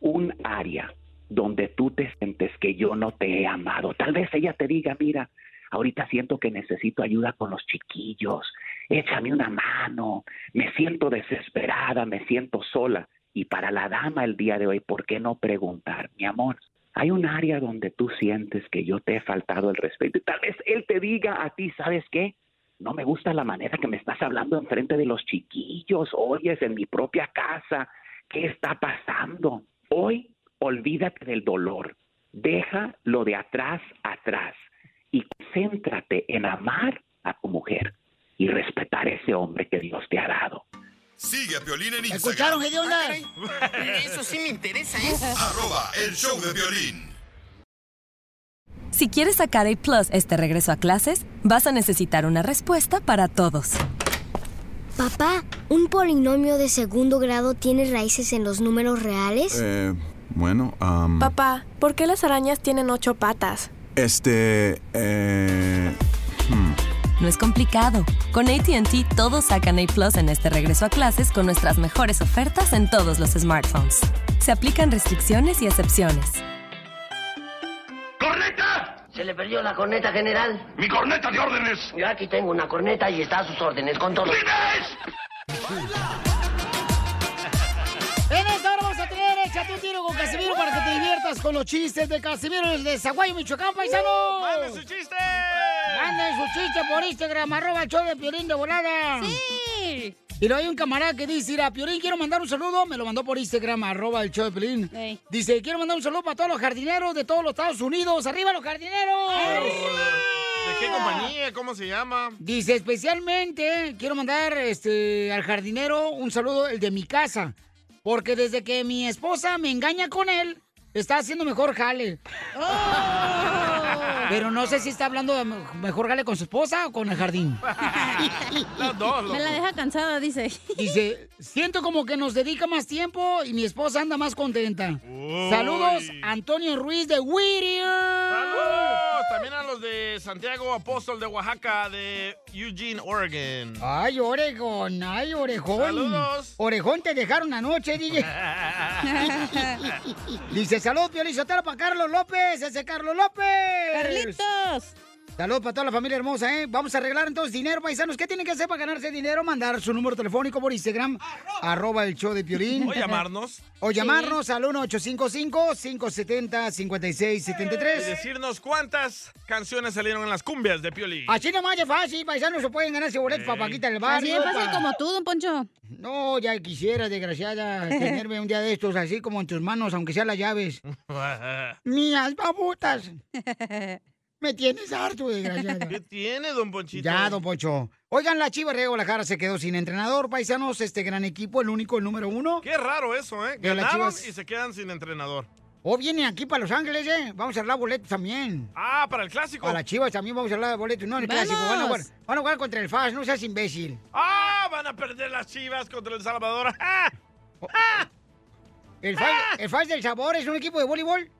[SPEAKER 20] un área donde tú te sientes que yo no te he amado? Tal vez ella te diga, mira, ahorita siento que necesito ayuda con los chiquillos, échame una mano, me siento desesperada, me siento sola. Y para la dama el día de hoy, ¿por qué no preguntar, mi amor? Hay un área donde tú sientes que yo te he faltado el respeto. Y tal vez él te diga a ti, ¿sabes qué? no me gusta la manera que me estás hablando enfrente de los chiquillos, oyes en mi propia casa, ¿qué está pasando? Hoy olvídate del dolor, deja lo de atrás atrás y concéntrate en amar a tu mujer y respetar ese hombre que Dios te ha dado.
[SPEAKER 7] Sigue a Piolín en Instagram.
[SPEAKER 2] ¿Escucharon, Gedionda? Ah,
[SPEAKER 21] Eso sí me interesa, ¿eh?
[SPEAKER 7] Arroba el show de violín.
[SPEAKER 6] Si quieres sacar A Plus este regreso a clases, vas a necesitar una respuesta para todos.
[SPEAKER 22] Papá, ¿un polinomio de segundo grado tiene raíces en los números reales?
[SPEAKER 23] Eh, bueno, am,
[SPEAKER 22] Papá, ¿por qué las arañas tienen ocho patas?
[SPEAKER 23] este, eh, hmm,
[SPEAKER 6] No es complicado. Con ATT todos sacan A Plus en este regreso a clases con nuestras mejores ofertas en todos los smartphones. Se aplican restricciones y excepciones.
[SPEAKER 10] ¡Corneta! Se le perdió la corneta, general.
[SPEAKER 20] ¡Mi corneta de órdenes!
[SPEAKER 10] Yo aquí tengo una corneta y está a sus órdenes con todo.
[SPEAKER 2] En esta hora vamos a tener Échate un tiro con Casimiro para que te diviertas con los chistes de Casimiro, el de Zaguayo, Michoacán, paisano. ¡Manden su chiste! ¡Manden su chiste por Instagram, arroba el show de Piolín de volada! ¡Sí! Y luego hay un camarada que dice, mira, Piolín, quiero mandar un saludo. Me lo mandó por Instagram, arroba el show de Piolín. Dice, quiero mandar un saludo para todos los jardineros de todos los Estados Unidos. ¡Arriba los jardineros!
[SPEAKER 3] ¿De qué compañía? ¿Cómo se llama?
[SPEAKER 2] Dice, especialmente quiero mandar este, al jardinero un saludo, el de mi casa. Porque desde que mi esposa me engaña con él, está haciendo mejor jale. Pero no sé si está hablando de me- mejor jale con su esposa o con el jardín.
[SPEAKER 4] Me la deja cansada, dice.
[SPEAKER 2] Dice, siento como que nos dedica más tiempo y mi esposa anda más contenta. Saludos, Antonio Ruiz de Whittier.
[SPEAKER 3] ¡Saludos! También a los de Santiago Apóstol de Oaxaca, de Eugene, Oregon.
[SPEAKER 2] Ay, Orejón, ay, Orejón.
[SPEAKER 3] Saludos.
[SPEAKER 2] Orejón te dejaron anoche, DJ. Dice, salud, Piolín Sotelo, para Carlos López, ese Carlos López. ¡Carlitos! Saludos para toda la familia hermosa, ¿eh? Vamos a arreglar entonces dinero, paisanos. ¿Qué tienen que hacer para ganarse dinero? Mandar su número telefónico por Instagram, arroba, el show de Piolín.
[SPEAKER 3] O llamarnos.
[SPEAKER 2] O
[SPEAKER 3] Sí.
[SPEAKER 2] llamarnos al 1-855-570-5673.
[SPEAKER 3] Y decirnos cuántas canciones salieron en las cumbias de Pioli.
[SPEAKER 2] Así nomás de fácil, paisanos, se pueden ganarse boletos para Paquita del Barrio.
[SPEAKER 3] Así de fácil como
[SPEAKER 2] tú, don Poncho. No, ya quisiera, desgraciada, tenerme un día de estos así como en tus manos, aunque sean las llaves. Mías babutas. Me tienes harto, desgraciada.
[SPEAKER 3] ¿Qué tiene, don Ponchito?
[SPEAKER 2] Ya, don Poncho. Oigan, la Chiva Riego La Jara se quedó sin entrenador, paisanos. Este gran equipo, el único, el número uno.
[SPEAKER 3] Qué raro eso, ¿eh?
[SPEAKER 2] De las
[SPEAKER 3] Ganaron
[SPEAKER 2] Chivas.
[SPEAKER 3] y se quedan sin entrenador.
[SPEAKER 2] O vienen aquí para Los Ángeles, ¿eh? Vamos a hablar boletos también.
[SPEAKER 3] Ah, para el clásico.
[SPEAKER 2] Para las Chivas también vamos a hablar de boletos. No, en el
[SPEAKER 3] ¡Vamos!
[SPEAKER 2] clásico. Van a, jugar, van a jugar contra el FAS, no seas imbécil.
[SPEAKER 3] Ah, van a perder las Chivas contra el Salvador. ¡Ah!
[SPEAKER 2] ¿El Fal, el Fal del Sabor es un equipo de voleibol?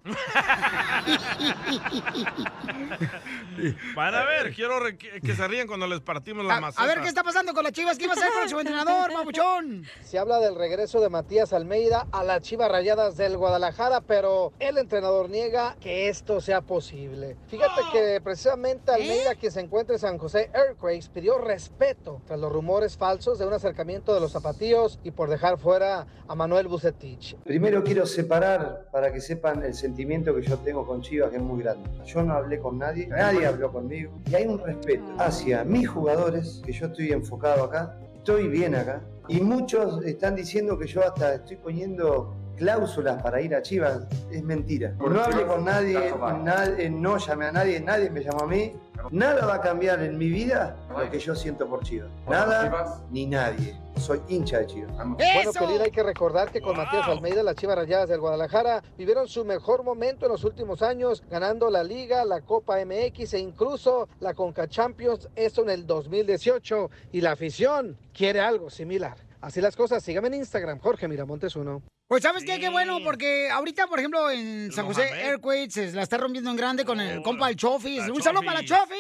[SPEAKER 3] Van a ver, quiero re- que que se ríen cuando les partimos las macetas.
[SPEAKER 2] A ver qué está pasando con las chivas. ¿Qué va a hacer con su entrenador, papuchón?
[SPEAKER 5] Se habla del regreso de Matías Almeida a las Chivas Rayadas del Guadalajara, pero el entrenador niega que esto sea posible. Fíjate que precisamente
[SPEAKER 2] ¿Eh?
[SPEAKER 5] Almeida, que se encuentra en San José Earthquakes, pidió respeto tras los rumores falsos de un acercamiento de los zapatillos y por dejar fuera a Manuel Bucetich.
[SPEAKER 8] Primero quiero separar para que sepan el sentimiento que yo tengo con Chivas, que es muy grande. Yo no hablé con nadie, nadie habló conmigo. Y hay un respeto hacia mis jugadores, que yo estoy enfocado acá, estoy bien acá. Y muchos están diciendo que yo hasta estoy poniendo cláusulas para ir a Chivas. Es mentira. No hablé con nadie, nadie- no llamé a nadie, nadie me llamó a mí. Nada va a cambiar en mi vida lo que yo siento por Chivas. Nada ni nadie. Soy hincha de Chivas.
[SPEAKER 5] Bueno, Piolín, hay que recordar que con Matías Almeida, las Chivas Rayadas del Guadalajara vivieron su mejor momento en los últimos años, ganando la Liga, la Copa MX e incluso la Conca Champions, esto en el 2018, y la afición quiere algo similar. Así las cosas, sígame en Instagram, Jorge Miramontes uno.
[SPEAKER 2] Pues, ¿sabes qué? Qué bueno, porque ahorita, por ejemplo, en San José Earthquakes se la está rompiendo en grande con el compa del Chofis. ¡Un saludo para el Chofis!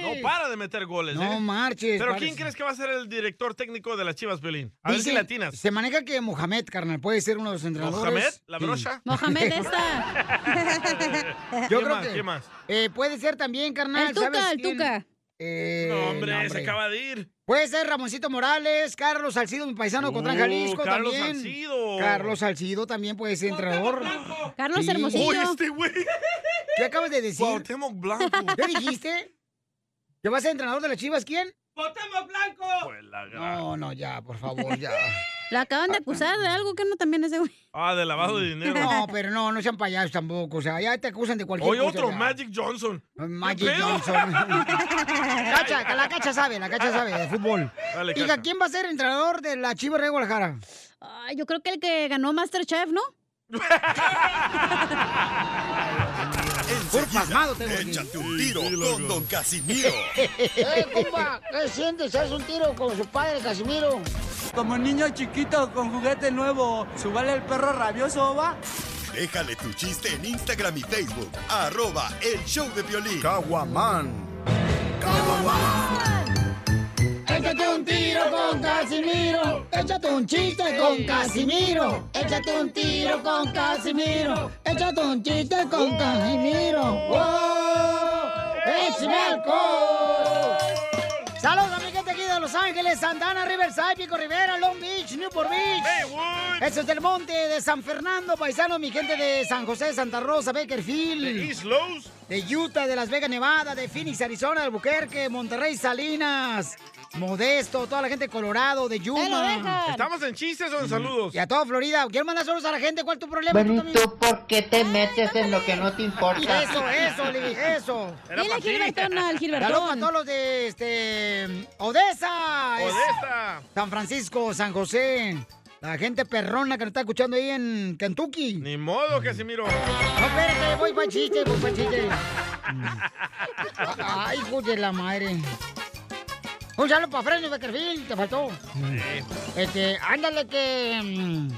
[SPEAKER 3] No para de meter goles,
[SPEAKER 2] No
[SPEAKER 3] ¿eh?
[SPEAKER 2] marches,
[SPEAKER 3] Pero
[SPEAKER 2] parece.
[SPEAKER 3] ¿quién crees que va a ser el director técnico de las Chivas, Piolín? A ver
[SPEAKER 2] Dice-
[SPEAKER 3] si latinas.
[SPEAKER 2] Se maneja que Mohamed, carnal, puede ser uno de los entrenadores.
[SPEAKER 3] ¿Mohamed? ¿La brocha?
[SPEAKER 4] Mohamed esta.
[SPEAKER 2] Yo
[SPEAKER 3] ¿Qué
[SPEAKER 2] creo
[SPEAKER 3] más?
[SPEAKER 2] que.
[SPEAKER 3] ¿Qué más?
[SPEAKER 2] eh, puede ser también, carnal.
[SPEAKER 4] El Tuca,
[SPEAKER 2] ¿sabes
[SPEAKER 4] el
[SPEAKER 2] quién?
[SPEAKER 4] Tuca.
[SPEAKER 2] Eh,
[SPEAKER 3] No, hombre,
[SPEAKER 2] no,
[SPEAKER 3] se
[SPEAKER 2] hombre.
[SPEAKER 3] acaba de ir.
[SPEAKER 2] Puede ser Ramoncito Morales, Carlos Salcido, mi paisano, de Cotlán,
[SPEAKER 3] Uh,
[SPEAKER 2] Jalisco
[SPEAKER 3] Carlos
[SPEAKER 2] también.
[SPEAKER 3] Salcido.
[SPEAKER 2] Carlos Salcido también puede ser entrenador.
[SPEAKER 4] Carlos
[SPEAKER 2] Sí.
[SPEAKER 4] Hermosillo.
[SPEAKER 2] Oye, este ¿Qué acabas de decir? ¿Qué dijiste? ¿Que vas a ser entrenador de las chivas? ¿Quién?
[SPEAKER 1] ¡Votamos blanco!
[SPEAKER 2] No, no, ya, por favor, ya.
[SPEAKER 4] Lo acaban de acusar de algo que no también es de güey.
[SPEAKER 3] Ah, de lavado de dinero.
[SPEAKER 2] No, pero no, no sean payasos tampoco. O sea, ya te acusan de cualquier
[SPEAKER 3] Hoy
[SPEAKER 2] cosa.
[SPEAKER 3] otro,
[SPEAKER 2] ya.
[SPEAKER 3] Magic Johnson.
[SPEAKER 2] Magic
[SPEAKER 3] ¿Qué pedo?
[SPEAKER 2] Johnson. cacha, que la cacha sabe, la cacha sabe de fútbol.
[SPEAKER 3] Dale,
[SPEAKER 2] Diga,
[SPEAKER 3] Cacha.
[SPEAKER 2] ¿quién va a ser entrenador de la Chivas de Guadalajara?
[SPEAKER 4] Ay, yo creo que el que ganó Masterchef, ¿no?
[SPEAKER 2] Por pasmado tengo aquí.
[SPEAKER 7] Échate un tiro con Don Casimiro.
[SPEAKER 9] ¡Eh, compa! ¿Qué sientes? ¿Haz un tiro con su padre, Casimiro?
[SPEAKER 11] Como niño chiquito con juguete nuevo, subale el perro rabioso, va.
[SPEAKER 7] Déjale tu chiste en Instagram y Facebook. Arroba el show de violín. Caguaman.
[SPEAKER 9] Échate un tiro con Casimiro. Échate un chiste con Casimiro. Échate un tiro con Casimiro. Échate un chiste con Casimiro. ¡Wow! ¡Échame alcohol!
[SPEAKER 2] Saludos a mi gente aquí de Los Ángeles, Santana, Riverside, Pico Rivera, Long Beach, Newport Beach. Eso es del monte de San Fernando, paisano, mi gente de San José, Santa Rosa, Bakerfield. De
[SPEAKER 3] East Los.
[SPEAKER 2] De Utah, de Las Vegas, Nevada, de Phoenix, Arizona, Albuquerque, Monterrey, Salinas, Modesto, toda la gente de Colorado, de Yuma.
[SPEAKER 3] ¿Estamos en chistes o en saludos?
[SPEAKER 2] Y a toda Florida. Quiero mandar saludos a la gente. ¿Cuál es tu problema?
[SPEAKER 9] Bueno,
[SPEAKER 2] Tú
[SPEAKER 9] ¿y
[SPEAKER 2] también-
[SPEAKER 9] tú por qué te metes en lo que no te importa?
[SPEAKER 2] Eso, eso, Lili, eso.
[SPEAKER 9] Era Dile, pa' ti. Gilbertón, al Gilbertón.
[SPEAKER 2] Saludos a todos los de este, Odessa. es-
[SPEAKER 3] Odessa.
[SPEAKER 2] San Francisco, San José. La gente perrona que nos está escuchando ahí en Kentucky.
[SPEAKER 3] Ni modo, Casimiro.
[SPEAKER 2] No, espérate, voy pa' chiste, voy pa' chiste. Ay, hijo de la madre. Un saludo para Fresno y Beckerfield, te faltó. Este, ándale que mm,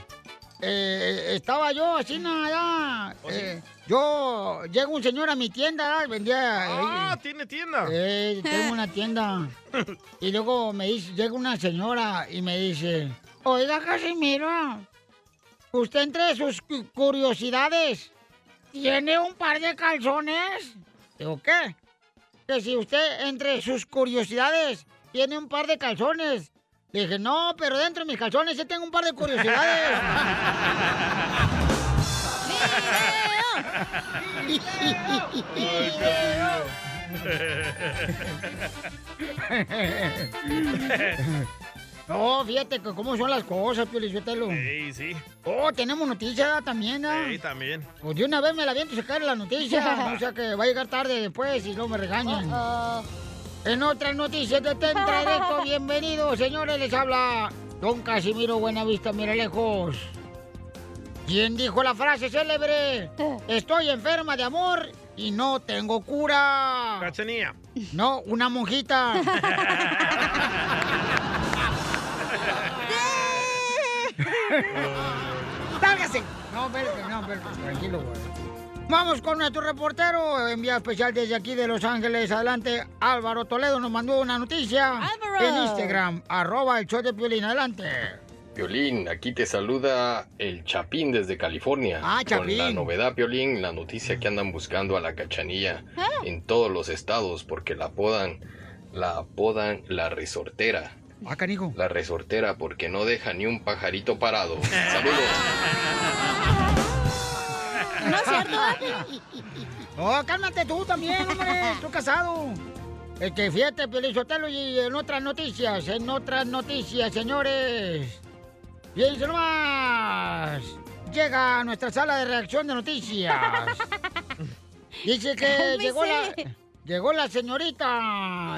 [SPEAKER 2] eh, estaba yo así nada.
[SPEAKER 3] ¿Oh,
[SPEAKER 2] eh, yo llega un señor a mi tienda, ¿verdad? vendía.
[SPEAKER 3] Ah,
[SPEAKER 2] eh,
[SPEAKER 3] tiene tienda.
[SPEAKER 2] eh, tengo una tienda. Y luego me dice, llega una señora y me dice, oiga Casimiro, usted entre sus cu- curiosidades tiene un par de calzones. Digo, ¿qué? Que si usted entre sus curiosidades tiene un par de calzones. Le dije, no, pero dentro de mis calzones yo tengo un par de curiosidades. No, fíjate que cómo son las cosas, Pio Lizotelo.
[SPEAKER 3] Sí, sí.
[SPEAKER 2] Oh, tenemos noticias también, ¿ah?
[SPEAKER 3] Sí, también.
[SPEAKER 2] Pues de una vez me la viento sacar la noticia. o sea que va a llegar tarde después y no me regañan. En otras noticias de Tentra Directo, bienvenidos, señores. Les habla Don Casimiro Buenavista, mira lejos. ¿Quién dijo la frase célebre? Estoy enferma de amor y no tengo cura.
[SPEAKER 3] Cachanía.
[SPEAKER 2] No, una monjita. ¡Sálgase! No, espérate, no, espérate, tranquilo, güey. Vamos con nuestro reportero, enviado especial desde aquí de Los Ángeles. Adelante, Álvaro Toledo nos mandó una noticia
[SPEAKER 4] Álvaro.
[SPEAKER 2] en Instagram, arroba el show de Piolín. Adelante.
[SPEAKER 24] Piolín, aquí te saluda el Chapín desde California.
[SPEAKER 2] Ah,
[SPEAKER 24] Con la
[SPEAKER 2] Chapín.
[SPEAKER 24] novedad, Piolín, la noticia que andan buscando a la cachanilla
[SPEAKER 2] Ah.
[SPEAKER 24] en todos los estados porque la apodan, la apodan la resortera.
[SPEAKER 2] Ah, canijo.
[SPEAKER 24] La resortera porque no deja ni un pajarito parado.
[SPEAKER 2] No es cierto. No, Ah. Oh, cálmate tú también, hombre. Estoy casado. Este, fíjate, Pelizotelo, y en otras noticias, en otras noticias, señores. Fíjense nomás. Llega a nuestra sala de reacción de noticias. Dice que
[SPEAKER 1] Cálmese.
[SPEAKER 2] llegó la, llegó la señorita.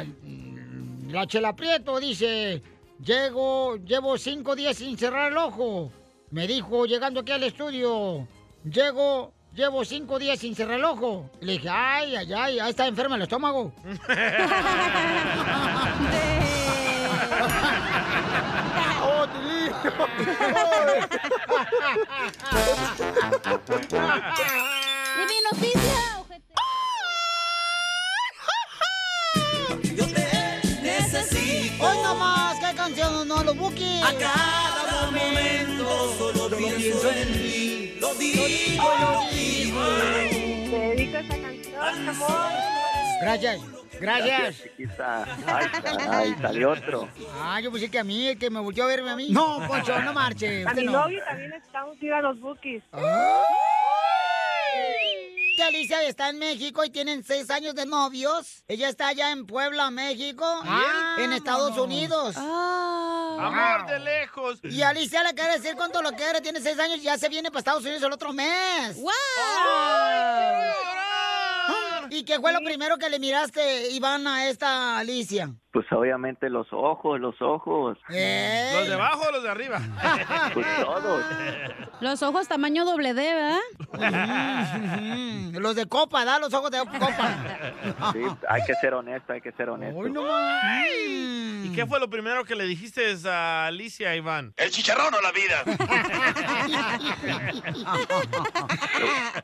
[SPEAKER 2] mm, La Chela Prieto dice, llego, llevo cinco días sin cerrar el ojo. Me dijo, llegando aquí al estudio, llego, llevo cinco días sin cerrar el ojo. Le dije, ay, ay, ay, ahí está enferma el estómago. ¡Oh,
[SPEAKER 4] ¡Dime noticia!
[SPEAKER 1] Yo te necesito.
[SPEAKER 2] Hoy nomás, qué canción, no lo busques.
[SPEAKER 1] A cada momento solo pienso en ti. Lo digo, lo digo. Te dedico a esa canción, amor.
[SPEAKER 2] Gracias, gracias.
[SPEAKER 13] chiquita. Ay, caray, salió otro.
[SPEAKER 2] Ah, yo pensé que a mí, que me volvió a verme a mí. No, Poncho, no marche.
[SPEAKER 11] A
[SPEAKER 2] usted
[SPEAKER 11] mi
[SPEAKER 2] no.
[SPEAKER 11] novio también necesitamos ir a los bookies.
[SPEAKER 2] Que Alicia está en México y tienen seis años de novios. Ella está allá en Puebla, México, en Estados Unidos.
[SPEAKER 3] Amor de lejos.
[SPEAKER 2] Y Alicia le quiere decir cuánto lo quiere, tiene seis años y ya se viene para Estados Unidos el otro mes. ¡Wow! ¿Y qué fue lo primero que le miraste, Iván, a esta Alicia?
[SPEAKER 13] Pues obviamente los ojos, los ojos.
[SPEAKER 3] ¿Los de abajo o los de arriba?
[SPEAKER 13] Pues todos.
[SPEAKER 4] Los ojos tamaño doble D, ¿verdad?
[SPEAKER 2] Mm, Los de copa, da los ojos de copa.
[SPEAKER 13] Sí, hay que ser honesto, hay que ser honesto.
[SPEAKER 3] ¿Y qué fue lo primero que le dijiste a Alicia, Iván?
[SPEAKER 13] El chicharrón o la vida.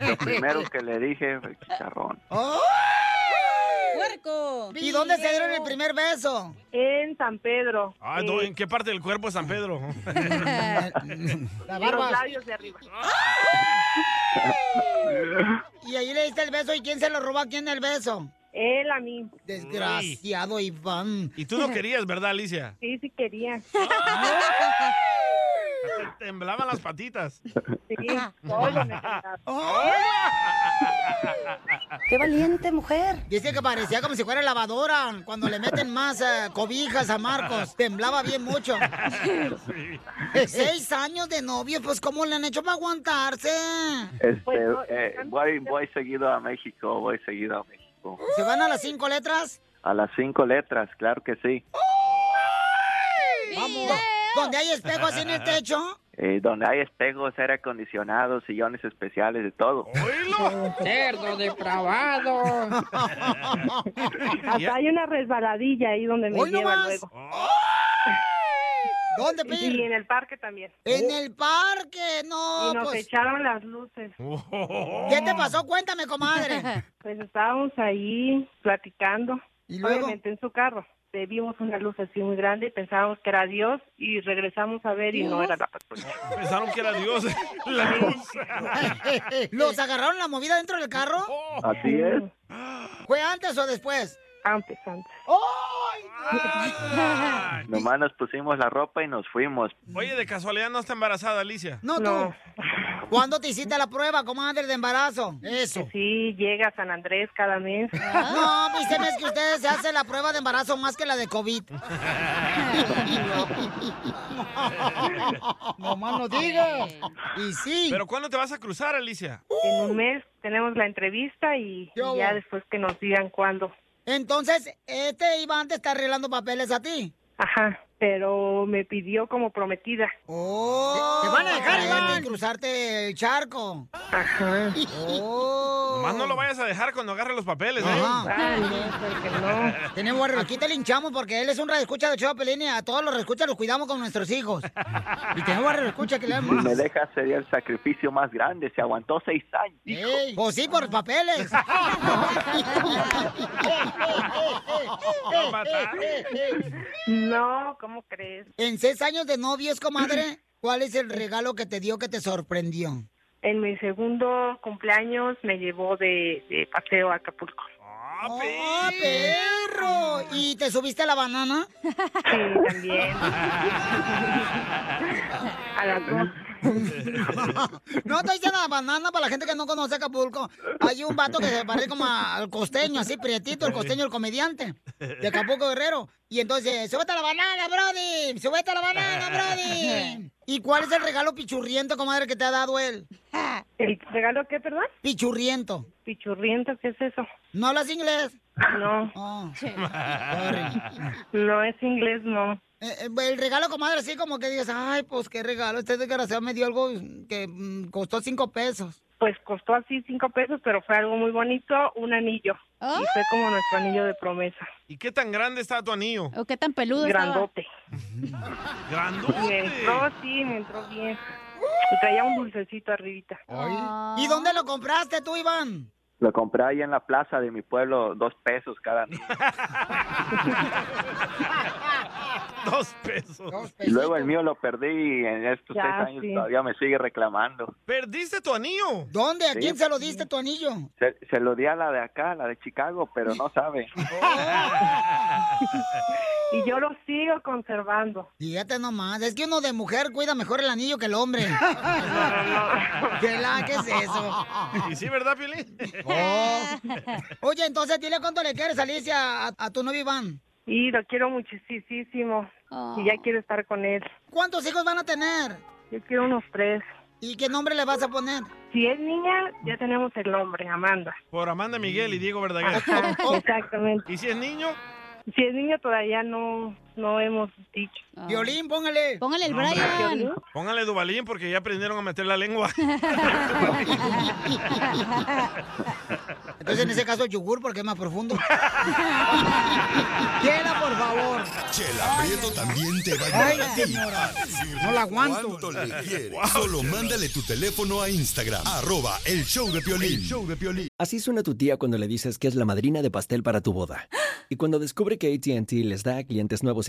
[SPEAKER 13] Lo primero que le dije fue chicharrón.
[SPEAKER 4] ¡Puerco!
[SPEAKER 2] ¿Y dónde se dieron el primer beso?
[SPEAKER 11] En San Pedro.
[SPEAKER 3] Ah,
[SPEAKER 11] Eh,
[SPEAKER 3] no, ¿En qué parte del cuerpo es San Pedro?
[SPEAKER 2] La
[SPEAKER 11] los
[SPEAKER 2] barba.
[SPEAKER 11] labios de arriba.
[SPEAKER 2] Y ahí le diste el beso y quién se lo robó a quién el beso.
[SPEAKER 11] Él a mí.
[SPEAKER 2] Desgraciado Iván.
[SPEAKER 3] Y tú no querías, ¿verdad, Alicia?
[SPEAKER 11] Sí, sí quería.
[SPEAKER 3] Te temblaban las patitas.
[SPEAKER 11] Sí, todo me quedaba.
[SPEAKER 2] ¡Qué valiente mujer! Dice que parecía como si fuera lavadora. Cuando le meten más eh, cobijas a Marcos, temblaba bien mucho. Seis años de novio, pues ¿cómo le han hecho para aguantarse?
[SPEAKER 13] Este, eh, voy, voy seguido a México, voy seguido a México.
[SPEAKER 2] ¿Se van a las cinco letras?
[SPEAKER 13] A las cinco letras, claro que sí.
[SPEAKER 2] Vamos. ¿Dónde hay espejos en el techo?
[SPEAKER 13] Eh, donde hay espejos, aire acondicionado, sillones especiales, de todo.
[SPEAKER 11] Oh.
[SPEAKER 2] Cerdo depravado.
[SPEAKER 11] Hasta hay una resbaladilla ahí donde me
[SPEAKER 2] Hoy no
[SPEAKER 11] lleva
[SPEAKER 2] más.
[SPEAKER 11] luego.
[SPEAKER 2] ¿Dónde, Pir?
[SPEAKER 11] Y en el parque también.
[SPEAKER 2] En el parque, no.
[SPEAKER 11] Y nos
[SPEAKER 2] pues.
[SPEAKER 11] echaron las luces.
[SPEAKER 3] ¡Oh!
[SPEAKER 2] ¿Qué te pasó? Cuéntame, comadre.
[SPEAKER 11] Pues estábamos ahí platicando.
[SPEAKER 2] ¿Y luego?
[SPEAKER 11] Obviamente en su carro. Eh, Vimos una luz así muy grande y pensábamos que era Dios y regresamos a ver y no era la patrulla.
[SPEAKER 3] Pensaron que era Dios. La luz.
[SPEAKER 2] ¿Los agarraron la movida dentro del carro?
[SPEAKER 13] Así es.
[SPEAKER 2] ¿Fue antes o después?
[SPEAKER 11] Antes, antes.
[SPEAKER 13] Nomás nos pusimos la ropa y nos fuimos.
[SPEAKER 3] Oye, de casualidad no está embarazada, Alicia.
[SPEAKER 2] No, tú. ¿Cuándo te hiciste la prueba, comadre, de embarazo? Eso.
[SPEAKER 11] Sí, llega a San Andrés cada mes.
[SPEAKER 2] No, pues se me es que ustedes se hacen la prueba de embarazo más que la de COVID. No más no digas. Y sí.
[SPEAKER 3] ¿Pero cuándo te vas a cruzar, Alicia?
[SPEAKER 11] En un mes tenemos la entrevista y, y
[SPEAKER 2] hubo?
[SPEAKER 11] ya después que nos digan cuándo.
[SPEAKER 2] Entonces, este Iván te está arreglando papeles a ti.
[SPEAKER 11] Ajá. pero me pidió como prometida.
[SPEAKER 2] Te van a dejar, Iván, Oh, cruzarte el charco. Oh, Ajá.
[SPEAKER 11] Oh.
[SPEAKER 3] Nomás no lo vayas a dejar cuando agarre los papeles, ¿eh?
[SPEAKER 11] pues,
[SPEAKER 2] Tenemos, aquí te linchamos porque él es un radioescucha de Chava Pelín y a todos los radioescuchas los cuidamos con nuestros hijos. Y tenemos radioescucha que le
[SPEAKER 13] Si
[SPEAKER 2] damos.
[SPEAKER 13] me deja sería el sacrificio más grande. Se aguantó seis años.
[SPEAKER 2] Ey, Pues sí, por los papeles.
[SPEAKER 11] No, ¿cómo crees?
[SPEAKER 2] En seis años de novios, comadre, ¿cuál es el regalo que te dio que te sorprendió?
[SPEAKER 11] En mi segundo cumpleaños me llevó de, de paseo a Acapulco.
[SPEAKER 2] ¡Ah, perro! ¿Y te subiste a la banana? Sí,
[SPEAKER 11] también.
[SPEAKER 2] A las dos. No te dicen la banana para la gente que no conoce Acapulco. Hay un vato que se parece como a- al costeño, así prietito, el costeño, el comediante de Acapulco Guerrero. Y entonces, súbete a la banana, Brody. Súbete a la banana, Brody. ¿Y cuál es el regalo pichurriento, comadre, que te ha dado él?
[SPEAKER 11] ¿El regalo qué, perdón?
[SPEAKER 2] Pichurriento.
[SPEAKER 11] ¿Pichurriento qué es eso?
[SPEAKER 2] ¿No hablas inglés? Oh,
[SPEAKER 11] No. No es inglés, no.
[SPEAKER 2] Eh, eh, el regalo, comadre, así como que digas, ay, pues qué regalo, este desgraciado me dio algo que mm, costó cinco pesos.
[SPEAKER 11] Pues costó así cinco pesos, pero fue algo muy bonito, un anillo. Y fue como nuestro anillo de promesa.
[SPEAKER 3] ¿Y qué tan grande está tu anillo?
[SPEAKER 2] Oh,
[SPEAKER 4] ¿O qué tan peludo
[SPEAKER 11] Grandote. Y me
[SPEAKER 3] Grandote.
[SPEAKER 11] entró, sí, me entró bien. Y traía un dulcecito arribita.
[SPEAKER 2] ¿Y dónde lo compraste tú, Iván?
[SPEAKER 13] Lo compré ahí en la plaza de mi pueblo, dos pesos cada.
[SPEAKER 3] Dos pesos.
[SPEAKER 13] Y luego el mío lo perdí y en estos
[SPEAKER 3] Ya,
[SPEAKER 13] seis años
[SPEAKER 3] sí.
[SPEAKER 13] todavía me sigue reclamando.
[SPEAKER 3] ¿Perdiste tu anillo?
[SPEAKER 2] ¿Dónde? ¿A
[SPEAKER 13] Sí.
[SPEAKER 2] quién se lo diste tu anillo?
[SPEAKER 13] Se, se lo di a la de acá, la de Chicago, pero no sabe.
[SPEAKER 11] Y yo lo sigo conservando.
[SPEAKER 2] Fíjate nomás, es que uno de mujer cuida mejor el anillo que el hombre. ¿Qué, la, ¿Qué es eso? Oh.
[SPEAKER 3] ¿Y sí, verdad, Piolín?
[SPEAKER 2] Oye, entonces dile cuánto le quieres, Alicia, a, a tu novio Iván.
[SPEAKER 11] Y lo quiero muchísimo. Y
[SPEAKER 2] Oh.
[SPEAKER 11] ya quiero estar con él.
[SPEAKER 2] ¿Cuántos hijos van a tener?
[SPEAKER 11] Yo quiero unos tres.
[SPEAKER 2] ¿Y qué nombre le vas a poner?
[SPEAKER 11] Si es niña, ya tenemos el nombre, Amanda.
[SPEAKER 3] Por Amanda Miguel y Diego Verdaguer.
[SPEAKER 2] Oh.
[SPEAKER 11] Exactamente.
[SPEAKER 3] ¿Y si es niño?
[SPEAKER 11] Si es niño todavía no, no hemos dicho.
[SPEAKER 2] Ah. Violín, póngale.
[SPEAKER 4] Póngale
[SPEAKER 3] No, hombre. Póngale Dubalín porque ya aprendieron a meter la lengua.
[SPEAKER 2] Entonces en ese caso yogur porque es más profundo. Queda, por favor.
[SPEAKER 7] Chela Prieto también te va a ayudar a
[SPEAKER 2] Ay,
[SPEAKER 7] ti
[SPEAKER 2] señora.
[SPEAKER 7] a decirle
[SPEAKER 2] No la aguanto.
[SPEAKER 7] cuánto le quieres. Solo mándale tu teléfono a Instagram, arroba el show de Piolín.
[SPEAKER 25] Así suena tu tía cuando le dices que es la madrina de pastel para tu boda. Y cuando descubre que ATT les da a clientes nuevos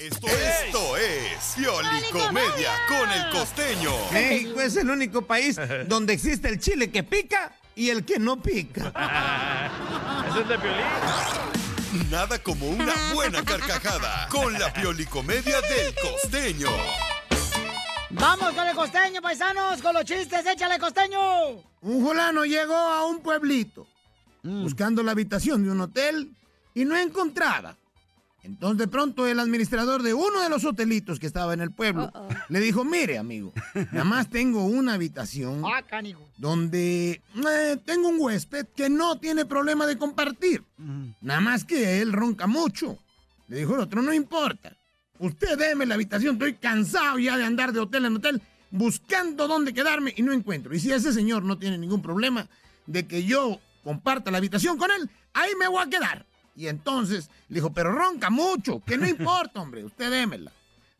[SPEAKER 7] Esto es es Piolicomedia con el costeño.
[SPEAKER 14] México es el único país donde existe el chile que pica y el que no pica.
[SPEAKER 3] ¿Eso es de Piolín?
[SPEAKER 7] Nada como una buena carcajada con la Piolicomedia del costeño.
[SPEAKER 2] Vamos con el costeño, paisanos, con los chistes, échale costeño.
[SPEAKER 14] Un fulano llegó a un pueblito
[SPEAKER 2] Mm.
[SPEAKER 14] buscando la habitación de un hotel y no encontraba. Entonces de pronto el administrador de uno de los hotelitos que estaba en el pueblo le dijo, mire amigo, nada más tengo una habitación
[SPEAKER 2] Ah, canijo.
[SPEAKER 14] donde eh, tengo un huésped que no tiene problema de compartir. Nada más que él ronca mucho. Le dijo el otro, no importa. Usted déme la habitación, estoy cansado ya de andar de hotel en hotel buscando dónde quedarme y no encuentro. Y si ese señor no tiene ningún problema de que yo comparta la habitación con él, ahí me voy a quedar. Y entonces le dijo, pero ronca mucho, que no importa, hombre, usted démela.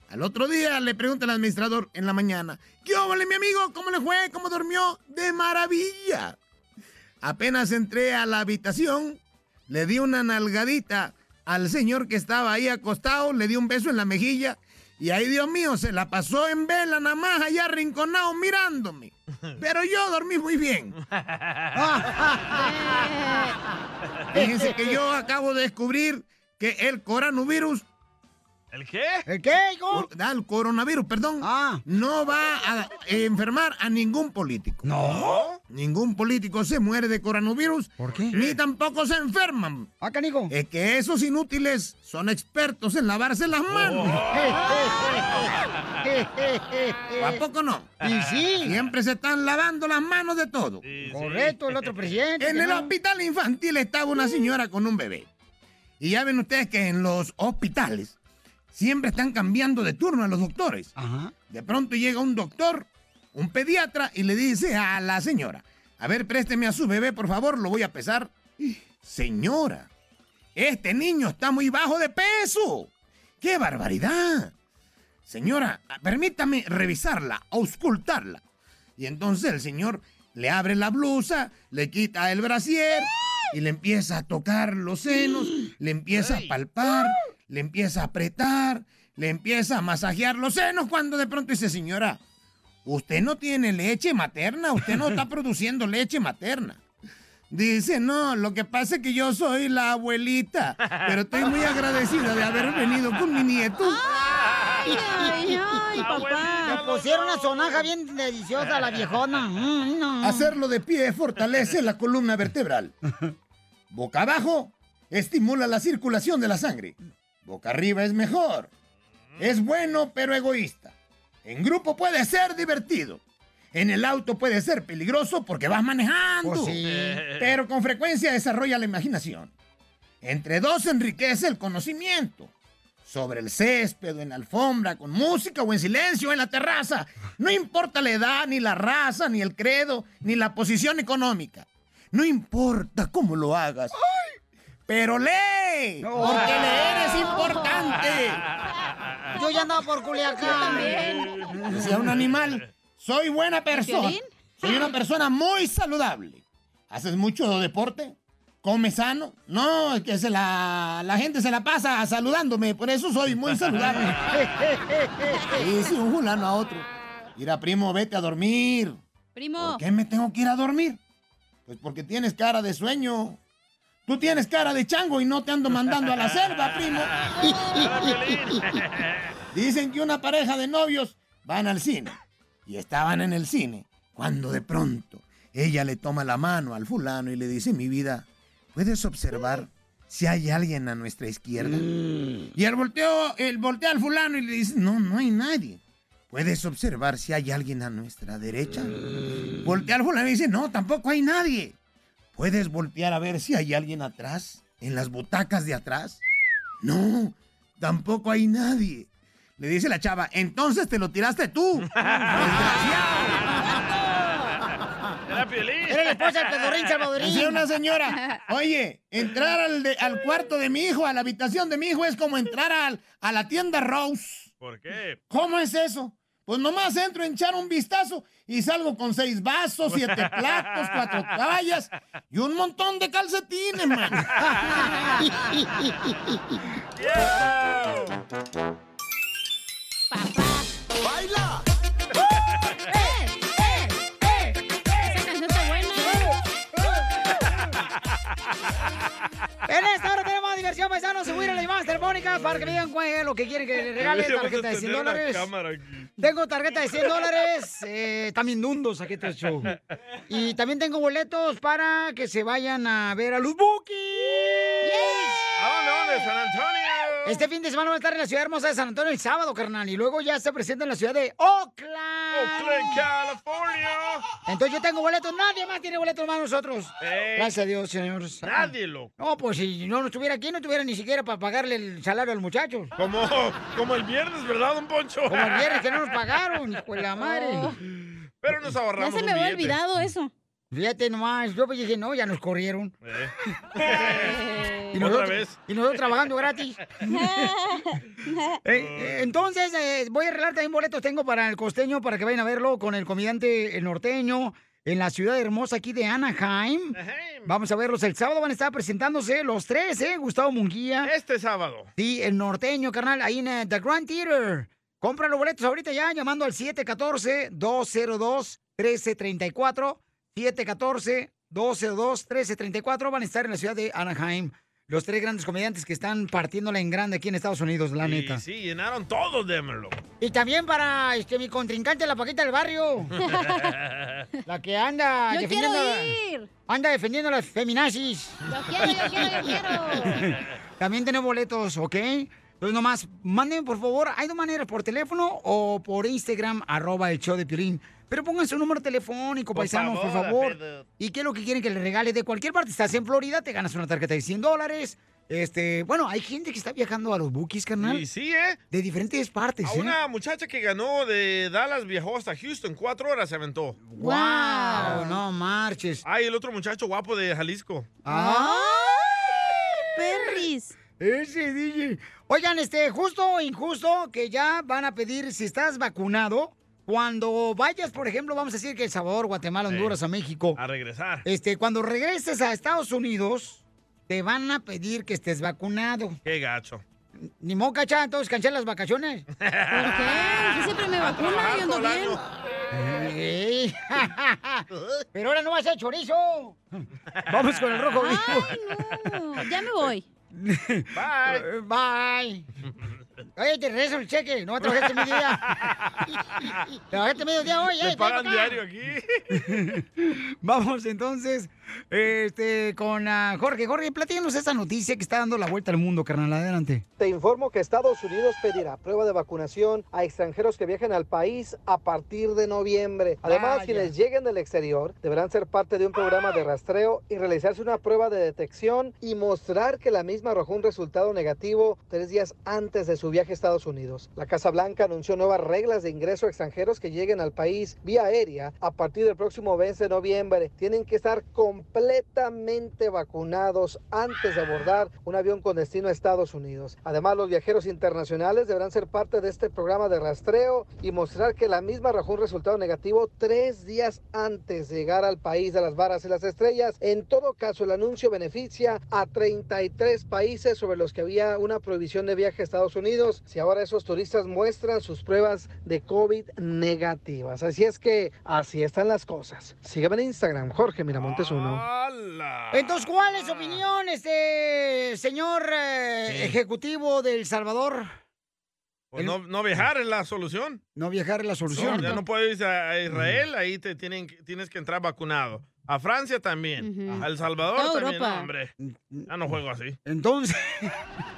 [SPEAKER 14] Al otro día le pregunta el administrador en la mañana, ¿qué óvole, mi amigo? ¿Cómo le fue? ¿Cómo durmió? De maravilla. Apenas entré a la habitación, le di una nalgadita al señor que estaba ahí acostado, le di un beso en la mejilla y ahí, Dios mío, se la pasó en vela nada más allá arrinconado mirándome. Pero yo dormí muy bien. Fíjense que yo acabo de descubrir que el coronavirus...
[SPEAKER 3] ¿El qué?
[SPEAKER 2] ¿El qué, hijo?
[SPEAKER 14] Ah, el coronavirus, perdón. No va a enfermar a ningún político.
[SPEAKER 2] ¿No?
[SPEAKER 14] Ningún político se muere de coronavirus. ¿Por qué? Ni tampoco se enferman.
[SPEAKER 2] Ah, canijo.
[SPEAKER 14] Es que esos inútiles son expertos en lavarse las manos.
[SPEAKER 1] Oh.
[SPEAKER 14] ¿A poco no?
[SPEAKER 2] Y sí.
[SPEAKER 14] Siempre se están lavando las manos de todo.
[SPEAKER 2] Correcto, el otro presidente.
[SPEAKER 14] En
[SPEAKER 2] que
[SPEAKER 14] el
[SPEAKER 2] no.
[SPEAKER 14] hospital infantil estaba una señora con un bebé. Y ya ven ustedes que en los hospitales siempre están cambiando de turno a los doctores. De pronto llega un doctor, un pediatra, y le dice a la señora, a ver, présteme a su bebé, por favor, lo voy a pesar. Señora, este niño está muy bajo de peso. ¡Qué barbaridad! Señora, permítame revisarla, auscultarla. Y entonces el señor le abre la blusa, le quita el brasier y le empieza a tocar los senos, le empieza a palpar, le empieza a apretar, le empieza a masajear los senos cuando de pronto dice, señora, usted no tiene leche materna, usted no está produciendo leche materna. Dice, no, lo que pasa es que yo soy la abuelita, pero estoy muy agradecida de haber venido con mi nieto.
[SPEAKER 2] Ay, ay, papá. Le pusieron una sonaja bien deliciosa a la viejona. Mm, no.
[SPEAKER 14] Hacerlo de pie fortalece la columna vertebral. Boca abajo estimula la circulación de la sangre. Boca arriba es mejor. Es bueno pero egoísta. En grupo puede ser divertido. En el auto puede ser peligroso porque vas manejando.
[SPEAKER 2] Pues sí.
[SPEAKER 14] Pero con frecuencia desarrolla la imaginación. Entre dos enriquece el conocimiento. Sobre el césped, o en la alfombra, con música o en silencio, en la terraza. No importa la edad, ni la raza, ni el credo, ni la posición económica. No importa cómo lo hagas. Pero lee, porque leer es importante.
[SPEAKER 2] Yo ya andaba por Culiacán.
[SPEAKER 14] Decía un animal, soy buena persona.
[SPEAKER 2] ¿Piolín?
[SPEAKER 14] Soy una persona muy saludable. ¿Haces mucho deporte? ¿Comes sano? No, es que se la, la gente se la pasa saludándome, por eso soy muy saludable. Y Dice un fulano a otro, mira primo, vete a dormir.
[SPEAKER 4] Primo.
[SPEAKER 14] ¿Por qué me tengo que ir a dormir? Pues porque tienes cara de sueño. Tú tienes cara de chango y no te ando mandando a la selva, primo. Dicen que una pareja de novios van al cine. Y estaban en el cine cuando de pronto ella le toma la mano al fulano y le dice, mi vida, ¿puedes observar si hay alguien a nuestra izquierda? Y él, volteó, él voltea al fulano y le dice, no, no hay nadie. ¿Puedes observar si hay alguien a nuestra derecha? Voltea al fulano y dice, no, tampoco hay nadie. ¿Puedes voltear a ver si hay alguien atrás? ¿En las butacas de atrás? No, tampoco hay nadie. Le dice la chava, entonces te lo tiraste tú.
[SPEAKER 3] Era Piolín.
[SPEAKER 2] Era la esposa del pedorrín salvadoreño.
[SPEAKER 14] Decía una señora, oye, entrar al, de- al cuarto de mi hijo, a la habitación de mi hijo, es como entrar al- a la tienda Rose.
[SPEAKER 3] ¿Por qué?
[SPEAKER 14] ¿Cómo es eso? Pues nomás entro a echar un vistazo y salgo con seis vasos, siete platos, cuatro toallas y un montón de calcetines, man.
[SPEAKER 3] Eh,
[SPEAKER 2] vamos a subir a las llamadas telefónicas para que me digan cuál es lo que quieren que les regale.
[SPEAKER 3] Deberíamos
[SPEAKER 2] Tarjeta de 100
[SPEAKER 3] tener la
[SPEAKER 2] dólares.
[SPEAKER 3] cámara aquí.
[SPEAKER 2] Tengo tarjeta de 100 dólares, eh, también nundos aquí está el show. Y también tengo boletos para que se vayan a ver a Luz Buki.
[SPEAKER 3] ¿A dónde, dónde? San Antonio.
[SPEAKER 2] Este fin de semana va a estar en la ciudad hermosa de San Antonio el sábado, carnal. Y luego ya se presenta en la ciudad de Oakland.
[SPEAKER 3] Oakland, California.
[SPEAKER 2] Entonces yo tengo boletos. Nadie más tiene boletos más nosotros.
[SPEAKER 3] Ey.
[SPEAKER 2] Gracias a Dios, señores.
[SPEAKER 3] Nadie, loco.
[SPEAKER 2] No, pues si no estuviera aquí, no tuviera ni siquiera para pagarle el salario al muchacho.
[SPEAKER 3] Como, como el viernes, ¿verdad, don Poncho?
[SPEAKER 2] Como el viernes que no nos pagaron, hijo de la madre.
[SPEAKER 3] Oh. Pero nos ahorramos
[SPEAKER 2] Ya se
[SPEAKER 3] Oh, un
[SPEAKER 2] me había
[SPEAKER 3] billete.
[SPEAKER 2] olvidado eso. Fíjate nomás, yo dije, no, ya nos corrieron.
[SPEAKER 3] Eh. Otra
[SPEAKER 2] nosotros,
[SPEAKER 3] vez.
[SPEAKER 2] Y nosotros trabajando gratis. Eh, eh, entonces, eh, voy a arreglar también boletos. Tengo para el costeño para que vayan a verlo con el comediante el norteño en la ciudad hermosa aquí de Anaheim. Vamos a verlos el sábado. Van a estar presentándose los tres, ¿eh? Gustavo Munguía.
[SPEAKER 3] Este sábado.
[SPEAKER 2] Sí, el norteño, carnal, ahí en eh, The Grand Theater. Compra los boletos ahorita ya llamando al 714-202-1334. 714-202-1334. Van a estar en la ciudad de Anaheim. Los tres grandes comediantes que están partiéndola en grande aquí en Estados Unidos, la neta.
[SPEAKER 3] Y sí, llenaron todo, démelo.
[SPEAKER 2] Y también para este, mi contrincante, la Paquita del Barrio. la que anda
[SPEAKER 4] Yo
[SPEAKER 2] defendiendo.
[SPEAKER 4] quiero ir.
[SPEAKER 2] Anda defendiendo a las feminazis.
[SPEAKER 4] Yo quiero, yo quiero, yo quiero.
[SPEAKER 2] También tenemos boletos, ¿ok? Entonces nomás, mándenme por favor, hay dos maneras, por teléfono o por Instagram, arroba el show de Piolín. Pero pongan su número telefónico,
[SPEAKER 21] Por
[SPEAKER 2] paisanos, por
[SPEAKER 21] favor,
[SPEAKER 2] favor.
[SPEAKER 21] Alfredo.
[SPEAKER 2] ¿Y qué es lo que quieren que les regale de cualquier parte? Estás en Florida, te ganas una tarjeta de 100 dólares. Este, bueno, hay gente que está viajando a los bookies, carnal.
[SPEAKER 3] Y sí, ¿eh?
[SPEAKER 2] De diferentes partes,
[SPEAKER 3] A
[SPEAKER 2] ¿eh?
[SPEAKER 3] una muchacha que ganó de Dallas viajó hasta Houston, cuatro horas se aventó.
[SPEAKER 2] ¡Wow! No marches. Ah,
[SPEAKER 3] Ah, y el otro muchacho guapo de Jalisco.
[SPEAKER 2] ¡Perris! Ese DJ. Oigan, este, justo o injusto que ya van a pedir si estás vacunado. Cuando vayas, por ejemplo, vamos a decir que El Salvador, Guatemala, Honduras, a México.
[SPEAKER 3] A regresar.
[SPEAKER 2] Este, cuando regreses a Estados Unidos, te van a pedir que estés vacunado.
[SPEAKER 3] Qué gacho.
[SPEAKER 2] Ni moca, cha, entonces cancelas las vacaciones. ¿Por qué? Yo siempre me vacuno,
[SPEAKER 3] Trabajar
[SPEAKER 2] yo ando
[SPEAKER 3] todo el
[SPEAKER 2] bien. Ey. Pero ahora no vas a ser chorizo. Vamos con el rojo
[SPEAKER 1] Ah,
[SPEAKER 2] vivo.
[SPEAKER 4] No, ya me voy.
[SPEAKER 2] Bye. Bye. Oye, te regreso el cheque. No trabajaste medio día. trabajaste medio día hoy.
[SPEAKER 3] Me
[SPEAKER 2] eh,
[SPEAKER 3] pagan
[SPEAKER 2] ven para acá.
[SPEAKER 3] diario aquí.
[SPEAKER 2] Vamos entonces este, con ah, Jorge. Jorge, platícanos esa noticia que está dando la vuelta al mundo, carnal. Adelante.
[SPEAKER 5] Te informo que Estados Unidos pedirá prueba de vacunación a extranjeros que viajen al país a partir de noviembre. Además,
[SPEAKER 19] Vaya.
[SPEAKER 5] quienes lleguen del exterior deberán ser parte de un programa de rastreo y realizarse una prueba de detección y mostrar que la misma arrojó un resultado negativo tres días antes de su viaje a Estados Unidos. La Casa Blanca anunció nuevas reglas de ingreso a extranjeros que lleguen al país vía aérea a partir del próximo 20 de noviembre. Tienen que estar completamente vacunados antes de abordar un avión con destino a Estados Unidos. Además, los viajeros internacionales deberán ser parte de este programa de rastreo y mostrar que la misma arrojó un resultado negativo tres días antes de llegar al país de las varas y las estrellas. En todo caso, el anuncio beneficia a 33 países sobre los que había una prohibición de viaje a Estados Unidos. Si ahora esos turistas muestran sus pruebas de COVID negativas. Así es que así están las cosas. Sígueme en Instagram, Jorge Miramontes 1.
[SPEAKER 2] Entonces, ¿cuál es su opinión, este señor eh, ejecutivo del Salvador?
[SPEAKER 3] Pues no, no viajar es la solución.
[SPEAKER 2] No viajar es la solución.
[SPEAKER 3] ya no puedes ir a a Israel, ahí te tienen, que- tienes que entrar vacunado. A Francia también.
[SPEAKER 2] Ujú.
[SPEAKER 3] A El Salvador
[SPEAKER 2] Toda
[SPEAKER 3] también,
[SPEAKER 2] Europa.
[SPEAKER 3] no, hombre. Ya no juego así.
[SPEAKER 2] Entonces.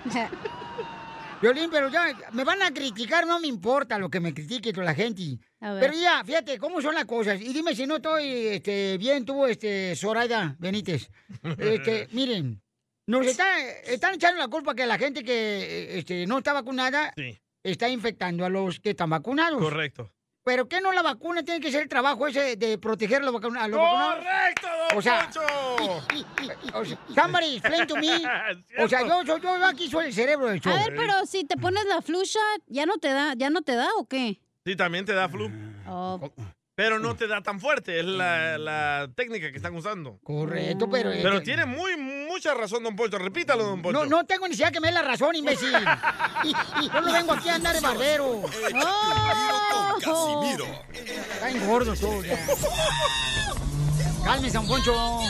[SPEAKER 2] Violín, pero ya me van a criticar, no me importa lo que me critique toda la gente.
[SPEAKER 4] A ver.
[SPEAKER 2] Pero ya, fíjate, ¿cómo son las cosas? Y dime si no estoy este, bien tú, este, Zoraida Benítez. Este, miren, nos está- están echando la culpa que la gente que este, no está vacunada
[SPEAKER 3] Sí.
[SPEAKER 2] está infectando a los que están vacunados.
[SPEAKER 3] Correcto.
[SPEAKER 2] ¿Pero qué no la vacuna? Tiene que ser el trabajo ese de proteger a los, vacuna- a los vacunados.
[SPEAKER 3] ¡Correcto, don
[SPEAKER 2] O sea,
[SPEAKER 3] Poncho!
[SPEAKER 2] Somebody explain to me. O sea, yo, yo, yo aquí soy el cerebro del show.
[SPEAKER 4] A ver, pero si te pones la flu shot, ¿ya no te da, ya no te da o qué? Oh.
[SPEAKER 3] Sí, también te da flu. Pero no te da tan fuerte, es la, la técnica que están usando.
[SPEAKER 2] Mm. Correcto, pero-
[SPEAKER 3] Pero tiene muy, mucha razón, don Poncho. Repítalo, don Poncho.
[SPEAKER 2] No, no tengo necesidad que me dé la razón, imbécil. Yo no vengo aquí a andar de barbero. ¡Ah!
[SPEAKER 7] Casimiro.
[SPEAKER 2] Están gordos todos ya. Cálmese, San Poncho.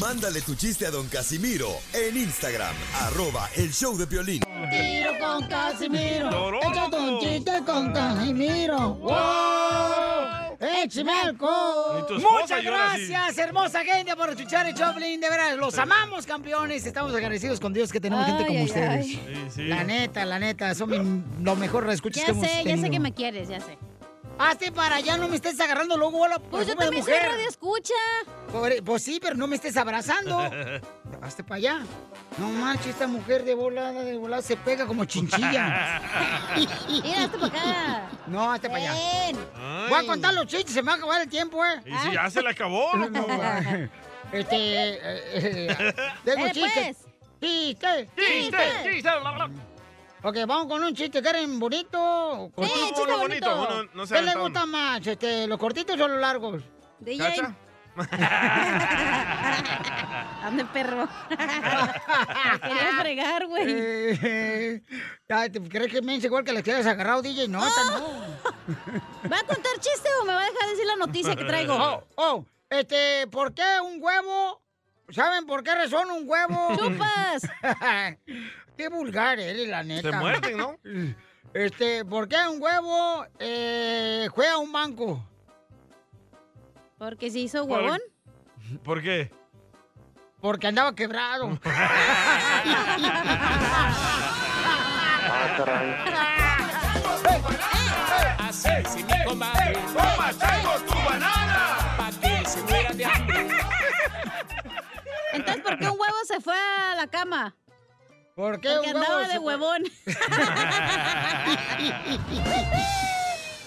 [SPEAKER 7] Mándale tu chiste a don Casimiro en Instagram, arroba el show de violín.
[SPEAKER 9] Tiro con Casimiro. Échate un chiste con Casimiro. ¡Wow!
[SPEAKER 2] ¡Échame
[SPEAKER 9] alcohol!
[SPEAKER 2] ¡Eh, Muchas gracias, hermosa gente, por escuchar el Choplin. De veras, los amamos, campeones. Estamos agradecidos con Dios que tenemos
[SPEAKER 4] Ay,
[SPEAKER 2] gente como
[SPEAKER 4] ay,
[SPEAKER 2] ustedes.
[SPEAKER 4] ay. Sí, sí.
[SPEAKER 2] La neta, la neta, son mi- lo mejor reescuchas que
[SPEAKER 4] Ya
[SPEAKER 2] hemos
[SPEAKER 4] sé, ya sé
[SPEAKER 2] tenido.
[SPEAKER 4] que me quieres, ya sé.
[SPEAKER 2] Hazte para allá, no me estés agarrando luego a la
[SPEAKER 4] Pues yo también soy radio escucha.
[SPEAKER 2] pues sí, pero no me estés abrazando. Hazte para allá. No manches, esta mujer de volada, de volada, se pega como chinchilla.
[SPEAKER 4] Mira, hazte para acá.
[SPEAKER 2] No, hazte para allá.
[SPEAKER 3] Ay.
[SPEAKER 2] Voy a contar los chistes, se me va a acabar el tiempo, ¿eh?
[SPEAKER 3] Y si ya se le acabó.
[SPEAKER 2] No, va. este, eh, eh, tengo
[SPEAKER 3] Dale,
[SPEAKER 2] chistes.
[SPEAKER 4] pues.
[SPEAKER 2] ¡Chiste!
[SPEAKER 3] Chiste, chiste.
[SPEAKER 2] Ok, vamos con un chiste, ¿quieren bonito? o cortito?
[SPEAKER 3] chiste Uno bonito, bonito. uno no se
[SPEAKER 2] ¿Qué le
[SPEAKER 3] aventaba.
[SPEAKER 2] gusta más, este, los cortitos o los largos?
[SPEAKER 4] DJ. Cacha. Ande, perro. Quería fregar, güey.
[SPEAKER 2] Eh, eh, ay, ¿te ¿Crees que me es igual que la que hayas agarrado, DJ? No, esta no.
[SPEAKER 4] ¿Va a contar chiste o me va a dejar decir la noticia que traigo?
[SPEAKER 2] Oh, oh, este, ¿por qué un huevo? ¿Saben por qué resona un huevo?
[SPEAKER 4] ¡Chupas!
[SPEAKER 2] qué vulgar eres, la neta.
[SPEAKER 3] Se muerden, ¿no?
[SPEAKER 2] Este, ¿por qué un huevo eh, juega un banco?
[SPEAKER 4] Porque se hizo
[SPEAKER 3] Por-
[SPEAKER 4] huevón.
[SPEAKER 3] ¿Por qué?
[SPEAKER 2] Porque andaba quebrado.
[SPEAKER 1] Así, si mi comadre. ¡Toma, traigo tu banana! Pa' que se muera de hambre.
[SPEAKER 4] Entonces, ¿por qué un huevo se fue a la cama?
[SPEAKER 2] ¿Por
[SPEAKER 1] qué
[SPEAKER 4] Porque
[SPEAKER 1] un huevo
[SPEAKER 4] andaba
[SPEAKER 1] se
[SPEAKER 4] de
[SPEAKER 1] fue?
[SPEAKER 4] huevón.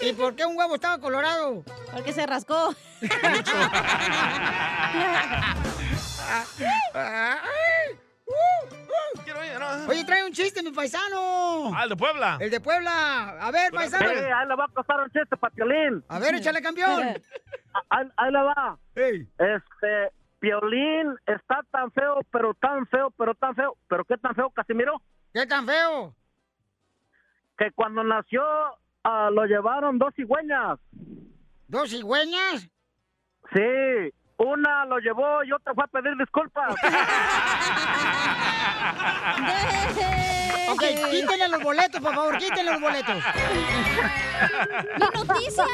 [SPEAKER 2] ¿Y por qué un huevo estaba colorado?
[SPEAKER 4] Porque se rascó.
[SPEAKER 2] Oye, trae un chiste, mi paisano.
[SPEAKER 3] Ah, el de Puebla. Pues,
[SPEAKER 2] El de Puebla. A ver, paisano.
[SPEAKER 21] Eh, ahí le va a pasar un chiste, Patiolín.
[SPEAKER 2] A ver, échale, campeón.
[SPEAKER 21] ahí, ahí le va. Este, Piolín está tan feo, pero tan feo, pero tan feo. ¿Pero qué tan feo, Casimiro?
[SPEAKER 2] ¿Qué tan feo?
[SPEAKER 21] Que cuando nació ah, lo llevaron dos cigüeñas.
[SPEAKER 2] ¿Dos cigüeñas?
[SPEAKER 21] Sí, una lo llevó y otra fue a pedir disculpas.
[SPEAKER 2] Ok, quítenle los boletos, por favor, quítenle los boletos.
[SPEAKER 4] ¡La noticia!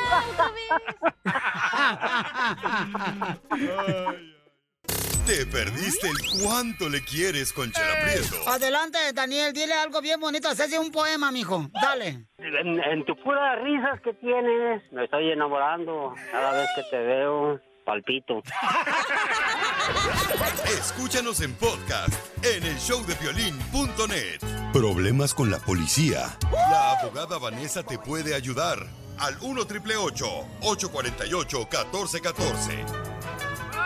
[SPEAKER 7] Te perdiste el cuánto le quieres con Chela Prieto.
[SPEAKER 2] Adelante, Daniel, dile algo bien bonito. Hace un poema, mijo. Dale.
[SPEAKER 19] En, en tu pura risas que tienes, me estoy enamorando. Cada vez que te veo, palpito.
[SPEAKER 7] Escúchanos en podcast en el showdepiolín.net. Problemas con la policía. La abogada Vanessa te puede ayudar al 1 triple 848 1414.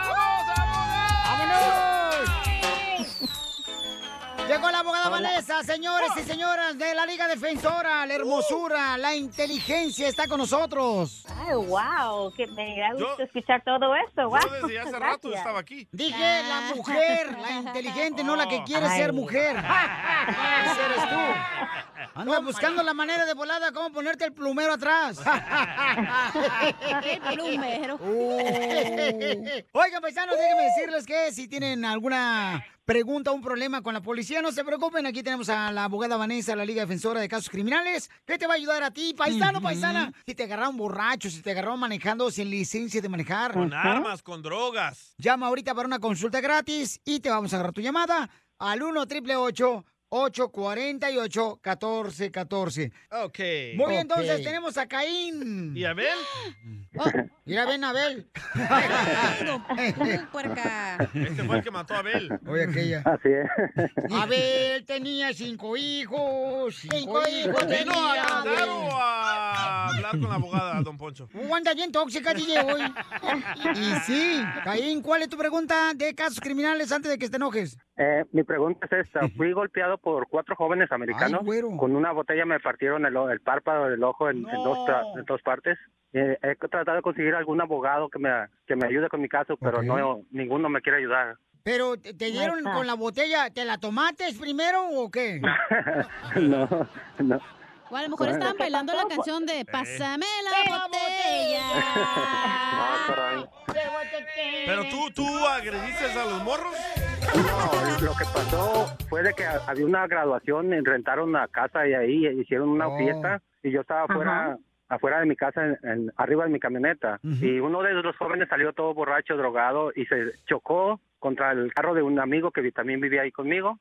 [SPEAKER 2] Llegó la abogada Vanessa, señores y señoras de la Liga Defensora, la hermosura, la inteligencia está con nosotros.
[SPEAKER 22] Ay, wow, que me da gusto
[SPEAKER 2] Yo-
[SPEAKER 22] escuchar todo eso. Wow.
[SPEAKER 2] yo desde hace rato
[SPEAKER 22] Gracias.
[SPEAKER 2] estaba aquí. Dije,
[SPEAKER 4] Ah.
[SPEAKER 2] la mujer, la inteligente, no la que quiere
[SPEAKER 22] Ay.
[SPEAKER 2] ser mujer. Ese eres tú. Anda buscando la manera de volada cómo ponerte el plumero atrás.
[SPEAKER 4] El plumero.
[SPEAKER 2] Uh. Oigan, paisanos, déjenme decirles que si tienen alguna pregunta o un problema con la policía, no se preocupen. Aquí tenemos a la abogada Vanessa, la Liga Defensora de Casos Criminales, que te va a ayudar a ti, paisano, paisana. Si te agarraron borracho, si te agarraron manejando sin licencia de manejar.
[SPEAKER 3] Con armas, con drogas.
[SPEAKER 2] Llama ahorita para una consulta gratis y te vamos a agarrar tu llamada al 1 888 848 1414
[SPEAKER 3] Ok.
[SPEAKER 2] Muy bien, entonces tenemos a Caín. Oh,
[SPEAKER 3] ¿Y Abel?
[SPEAKER 2] Mira, ven, Abel.
[SPEAKER 3] Este fue el que mató a Abel.
[SPEAKER 2] Oye, aquella.
[SPEAKER 19] Así es.
[SPEAKER 2] Abel tenía cinco hijos. Cinco hijos
[SPEAKER 3] ¿Vino a
[SPEAKER 2] tenía
[SPEAKER 3] cantar o
[SPEAKER 2] Abel.
[SPEAKER 3] a hablar con la abogada, don Poncho?
[SPEAKER 2] Uh, anda bien tóxica, DJ, hoy. Y sí, Caín, ¿cuál es tu pregunta de casos criminales antes de que te enojes?
[SPEAKER 19] Eh, mi pregunta es esta. Fui golpeado por cuatro jóvenes americanos.
[SPEAKER 2] Ay, güero.
[SPEAKER 19] Con una botella me partieron el, o- el párpado del ojo en, en dos, tra- en dos partes. Eh, he tratado de conseguir algún abogado que me, que me ayude con mi caso, pero no ninguno me quiere ayudar.
[SPEAKER 2] Pero te te dieron con la botella, ¿te la tomaste primero o qué?
[SPEAKER 19] no, no.
[SPEAKER 4] O a lo mejor estaban bailando
[SPEAKER 2] pues,
[SPEAKER 4] la
[SPEAKER 2] eh.
[SPEAKER 4] canción de Pásame la botella.
[SPEAKER 19] Ah, caray.
[SPEAKER 2] Llévate
[SPEAKER 3] Pero tú, tú agrediste a los morros.
[SPEAKER 19] No, lo que pasó fue de que ha- había una graduación, y rentaron una casa y ahí hicieron una
[SPEAKER 21] Oh.
[SPEAKER 19] fiesta y yo estaba afuera
[SPEAKER 21] Ajá.
[SPEAKER 19] afuera de mi casa, en, en- arriba de mi camioneta. Y uno de los jóvenes salió todo borracho, drogado y se chocó contra el carro de un amigo que vi- también vivía ahí conmigo.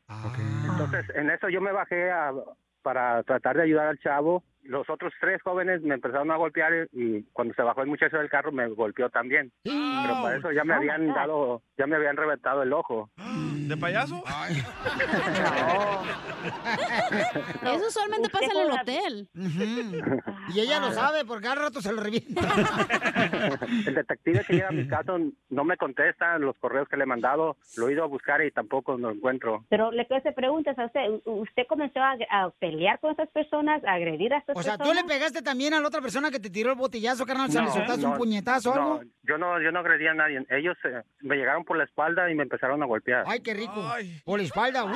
[SPEAKER 19] Entonces, en eso yo me bajé a- para tratar de ayudar al chavo. Los otros tres jóvenes me empezaron a golpear y cuando se bajó el muchacho del carro me golpeó también. Pero para eso ya me
[SPEAKER 3] Oh,
[SPEAKER 19] habían
[SPEAKER 3] my God.
[SPEAKER 19] dado, ya me habían reventado el ojo.
[SPEAKER 3] ¿De payaso?
[SPEAKER 4] Eso usualmente pasa en el hotel.
[SPEAKER 2] Y ella lo sabe porque al rato se lo revienta.
[SPEAKER 19] El detective que lleva mi caso no me contesta los correos que le he mandado. Lo he ido a buscar y tampoco lo encuentro.
[SPEAKER 22] Pero le que se preguntas a usted, ¿u- usted comenzó a, a pelear con esas personas, a agredir a estas
[SPEAKER 2] O sea,
[SPEAKER 22] personas.
[SPEAKER 2] ¿tú le pegaste también a la otra persona que te tiró el botellazo, carnal? O sea, le
[SPEAKER 19] No,
[SPEAKER 2] soltaste
[SPEAKER 19] no,
[SPEAKER 2] un puñetazo o
[SPEAKER 19] no,
[SPEAKER 2] algo.
[SPEAKER 19] yo no, yo no agredí a nadie. Ellos eh, me llegaron por la espalda y me empezaron a golpear.
[SPEAKER 2] Ay, qué rico. Por la espalda. ¡uh!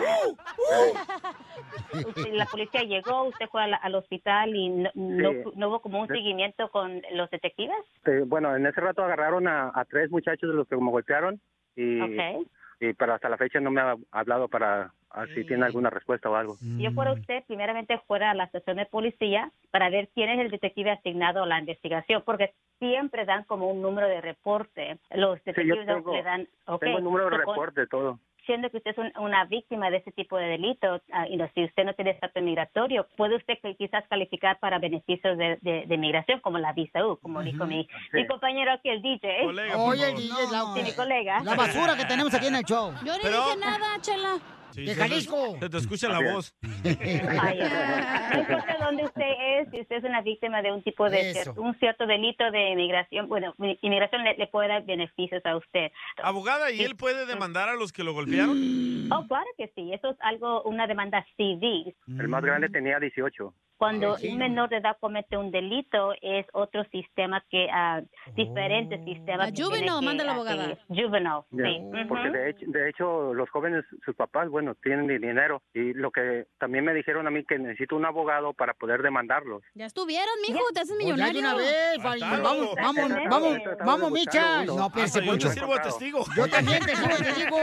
[SPEAKER 22] Usted- la policía llegó, usted fue a la- al hospital y no, no-
[SPEAKER 19] Sí.
[SPEAKER 22] no hubo como un
[SPEAKER 19] De-
[SPEAKER 22] seguimiento con los detectives.
[SPEAKER 19] Este, bueno, en ese rato agarraron a, a tres muchachos de los que me golpearon y,
[SPEAKER 22] Ok.
[SPEAKER 19] y pero hasta la fecha no me ha hablado para a ver si tiene alguna respuesta o algo.
[SPEAKER 22] Si Mm. yo
[SPEAKER 2] Mm.
[SPEAKER 22] fuera usted, primeramente fuera a la estación de policía para ver quién es el detective asignado a la investigación, porque siempre dan como un número de reporte. Los
[SPEAKER 19] Sí, yo
[SPEAKER 22] detectives
[SPEAKER 19] tengo-
[SPEAKER 22] le dan... ok,
[SPEAKER 19] Tengo el número de
[SPEAKER 22] so con-
[SPEAKER 19] reporte, todo.
[SPEAKER 22] siendo que usted es un- una víctima de ese tipo de delito, ah, y no- si usted no tiene estatus migratorio, puede usted que- quizás calificar para beneficios de, de, de migración, como la visa U, como dijo mi, mi compañero aquí, el DJ.
[SPEAKER 2] Colega, por Oye, el favor. DJ es la-
[SPEAKER 22] Sí, mi colega.
[SPEAKER 2] La basura que tenemos aquí en el show.
[SPEAKER 4] Yo ni
[SPEAKER 22] Pero-
[SPEAKER 4] dije nada, chela.
[SPEAKER 3] Sí,
[SPEAKER 2] De
[SPEAKER 3] se te-
[SPEAKER 2] Jalisco.
[SPEAKER 3] Se te escucha la
[SPEAKER 19] También.
[SPEAKER 3] voz.
[SPEAKER 22] Ay, Ah, No importa dónde usted es, si usted es una víctima de un tipo de
[SPEAKER 3] Eso.
[SPEAKER 22] cier- un cierto delito de inmigración, bueno, mi- inmigración le, le puede dar beneficios a usted.
[SPEAKER 3] Abogada, ¿y él puede demandar a los que lo golpearon?
[SPEAKER 22] Oh, claro que sí, eso es algo, una demanda civil.
[SPEAKER 19] El más grande tenía 18.
[SPEAKER 22] Cuando
[SPEAKER 19] Ay, sí.
[SPEAKER 22] un menor de edad comete un delito, es otro sistema que, ah, diferente sistema.
[SPEAKER 4] La
[SPEAKER 22] que
[SPEAKER 4] juvenile,
[SPEAKER 22] tiene que,
[SPEAKER 4] manda la
[SPEAKER 22] ah,
[SPEAKER 4] abogada.
[SPEAKER 22] que- Juvenile,
[SPEAKER 19] Ya,
[SPEAKER 22] sí.
[SPEAKER 19] Porque
[SPEAKER 22] Ujú.
[SPEAKER 19] de hecho, de hecho los jóvenes, sus papás, bueno, tienen di- dinero y lo que también me dijeron a mí que necesito un abogado para poder demandarlos.
[SPEAKER 4] Ya estuvieron, mijo, te haces
[SPEAKER 2] Pues ya de
[SPEAKER 4] millonario.
[SPEAKER 2] una vez, Fabi, vamos, vamos,
[SPEAKER 19] Exactamente.
[SPEAKER 2] vamos,
[SPEAKER 19] Trataba de
[SPEAKER 2] vamos,
[SPEAKER 19] buscar
[SPEAKER 2] Micha.
[SPEAKER 19] uno.
[SPEAKER 2] No,
[SPEAKER 19] Hasta
[SPEAKER 2] espérese,
[SPEAKER 19] yo
[SPEAKER 2] Poncho.
[SPEAKER 19] te sirvo de testigo.
[SPEAKER 2] Yo también te sirvo de testigo.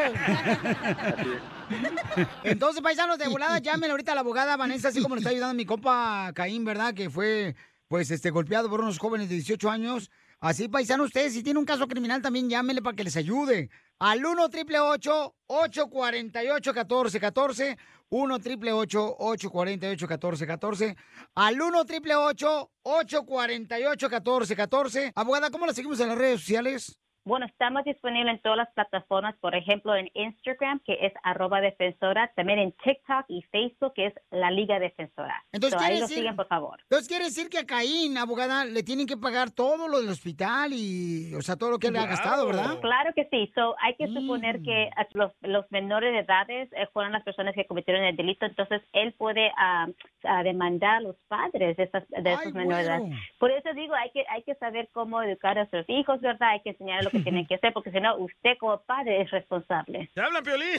[SPEAKER 2] Entonces, paisanos, de volada, llámenle ahorita a la abogada Vanessa, así como le está ayudando mi compa Caín, ¿verdad? Que fue, pues, este, golpeado por unos jóvenes de 18 años. Así, paisanos, ustedes, si tienen un caso criminal, también llámenle para que les ayude. Al 1 888 848 1414 1 888 848 1414 Al 1 888 848 1414 Abogada, ¿cómo la seguimos en las redes sociales?
[SPEAKER 22] Bueno, estamos disponibles en todas las plataformas, por ejemplo, en Instagram, que es arroba defensora, también en TikTok y Facebook, que es la Liga Defensora.
[SPEAKER 2] Entonces,
[SPEAKER 22] So,
[SPEAKER 2] ¿quiere
[SPEAKER 22] ahí lo
[SPEAKER 2] decir-
[SPEAKER 22] siguen, por favor.
[SPEAKER 2] Entonces quiere decir que a Caín, abogada, le tienen que pagar todo lo del hospital y, o sea, todo lo que le ha gastado, ¿verdad? Mm.
[SPEAKER 22] Claro que sí. So, hay que suponer que a los, los menores de edades eh, fueron las personas que cometieron el delito, entonces él puede ah, ah, demandar a los padres de, esas, de esos menores de edad.
[SPEAKER 8] güero.
[SPEAKER 22] Por eso digo, hay que, hay que saber cómo educar a sus hijos, ¿verdad? Hay que enseñarles lo que tienen que hacer, porque si no, usted como padre es responsable.
[SPEAKER 3] ¿Te hablan, Piolín?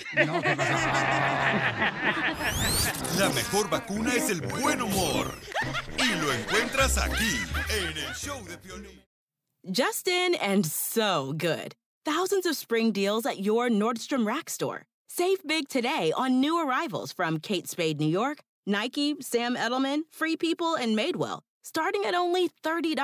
[SPEAKER 7] La mejor vacuna es el buen humor. Y lo encuentras aquí, en el show de Piolín.
[SPEAKER 18] Justin and so good. Thousands of spring deals at your Nordstrom Rack store. Save big today on new arrivals from Kate Spade, New York, Nike, Sam Edelman, Free People, and Madewell, starting at only $30.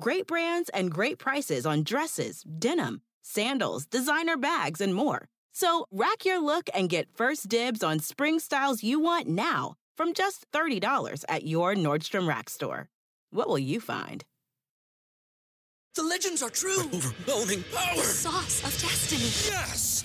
[SPEAKER 18] Great brands and great prices on dresses, denim, sandals, designer bags, and more. So rack your look and get first dibs on spring styles you want now from just $30 at your Nordstrom Rack store. What will you find?
[SPEAKER 10] The legends are true. overwhelming power! sauce of destiny. Yes!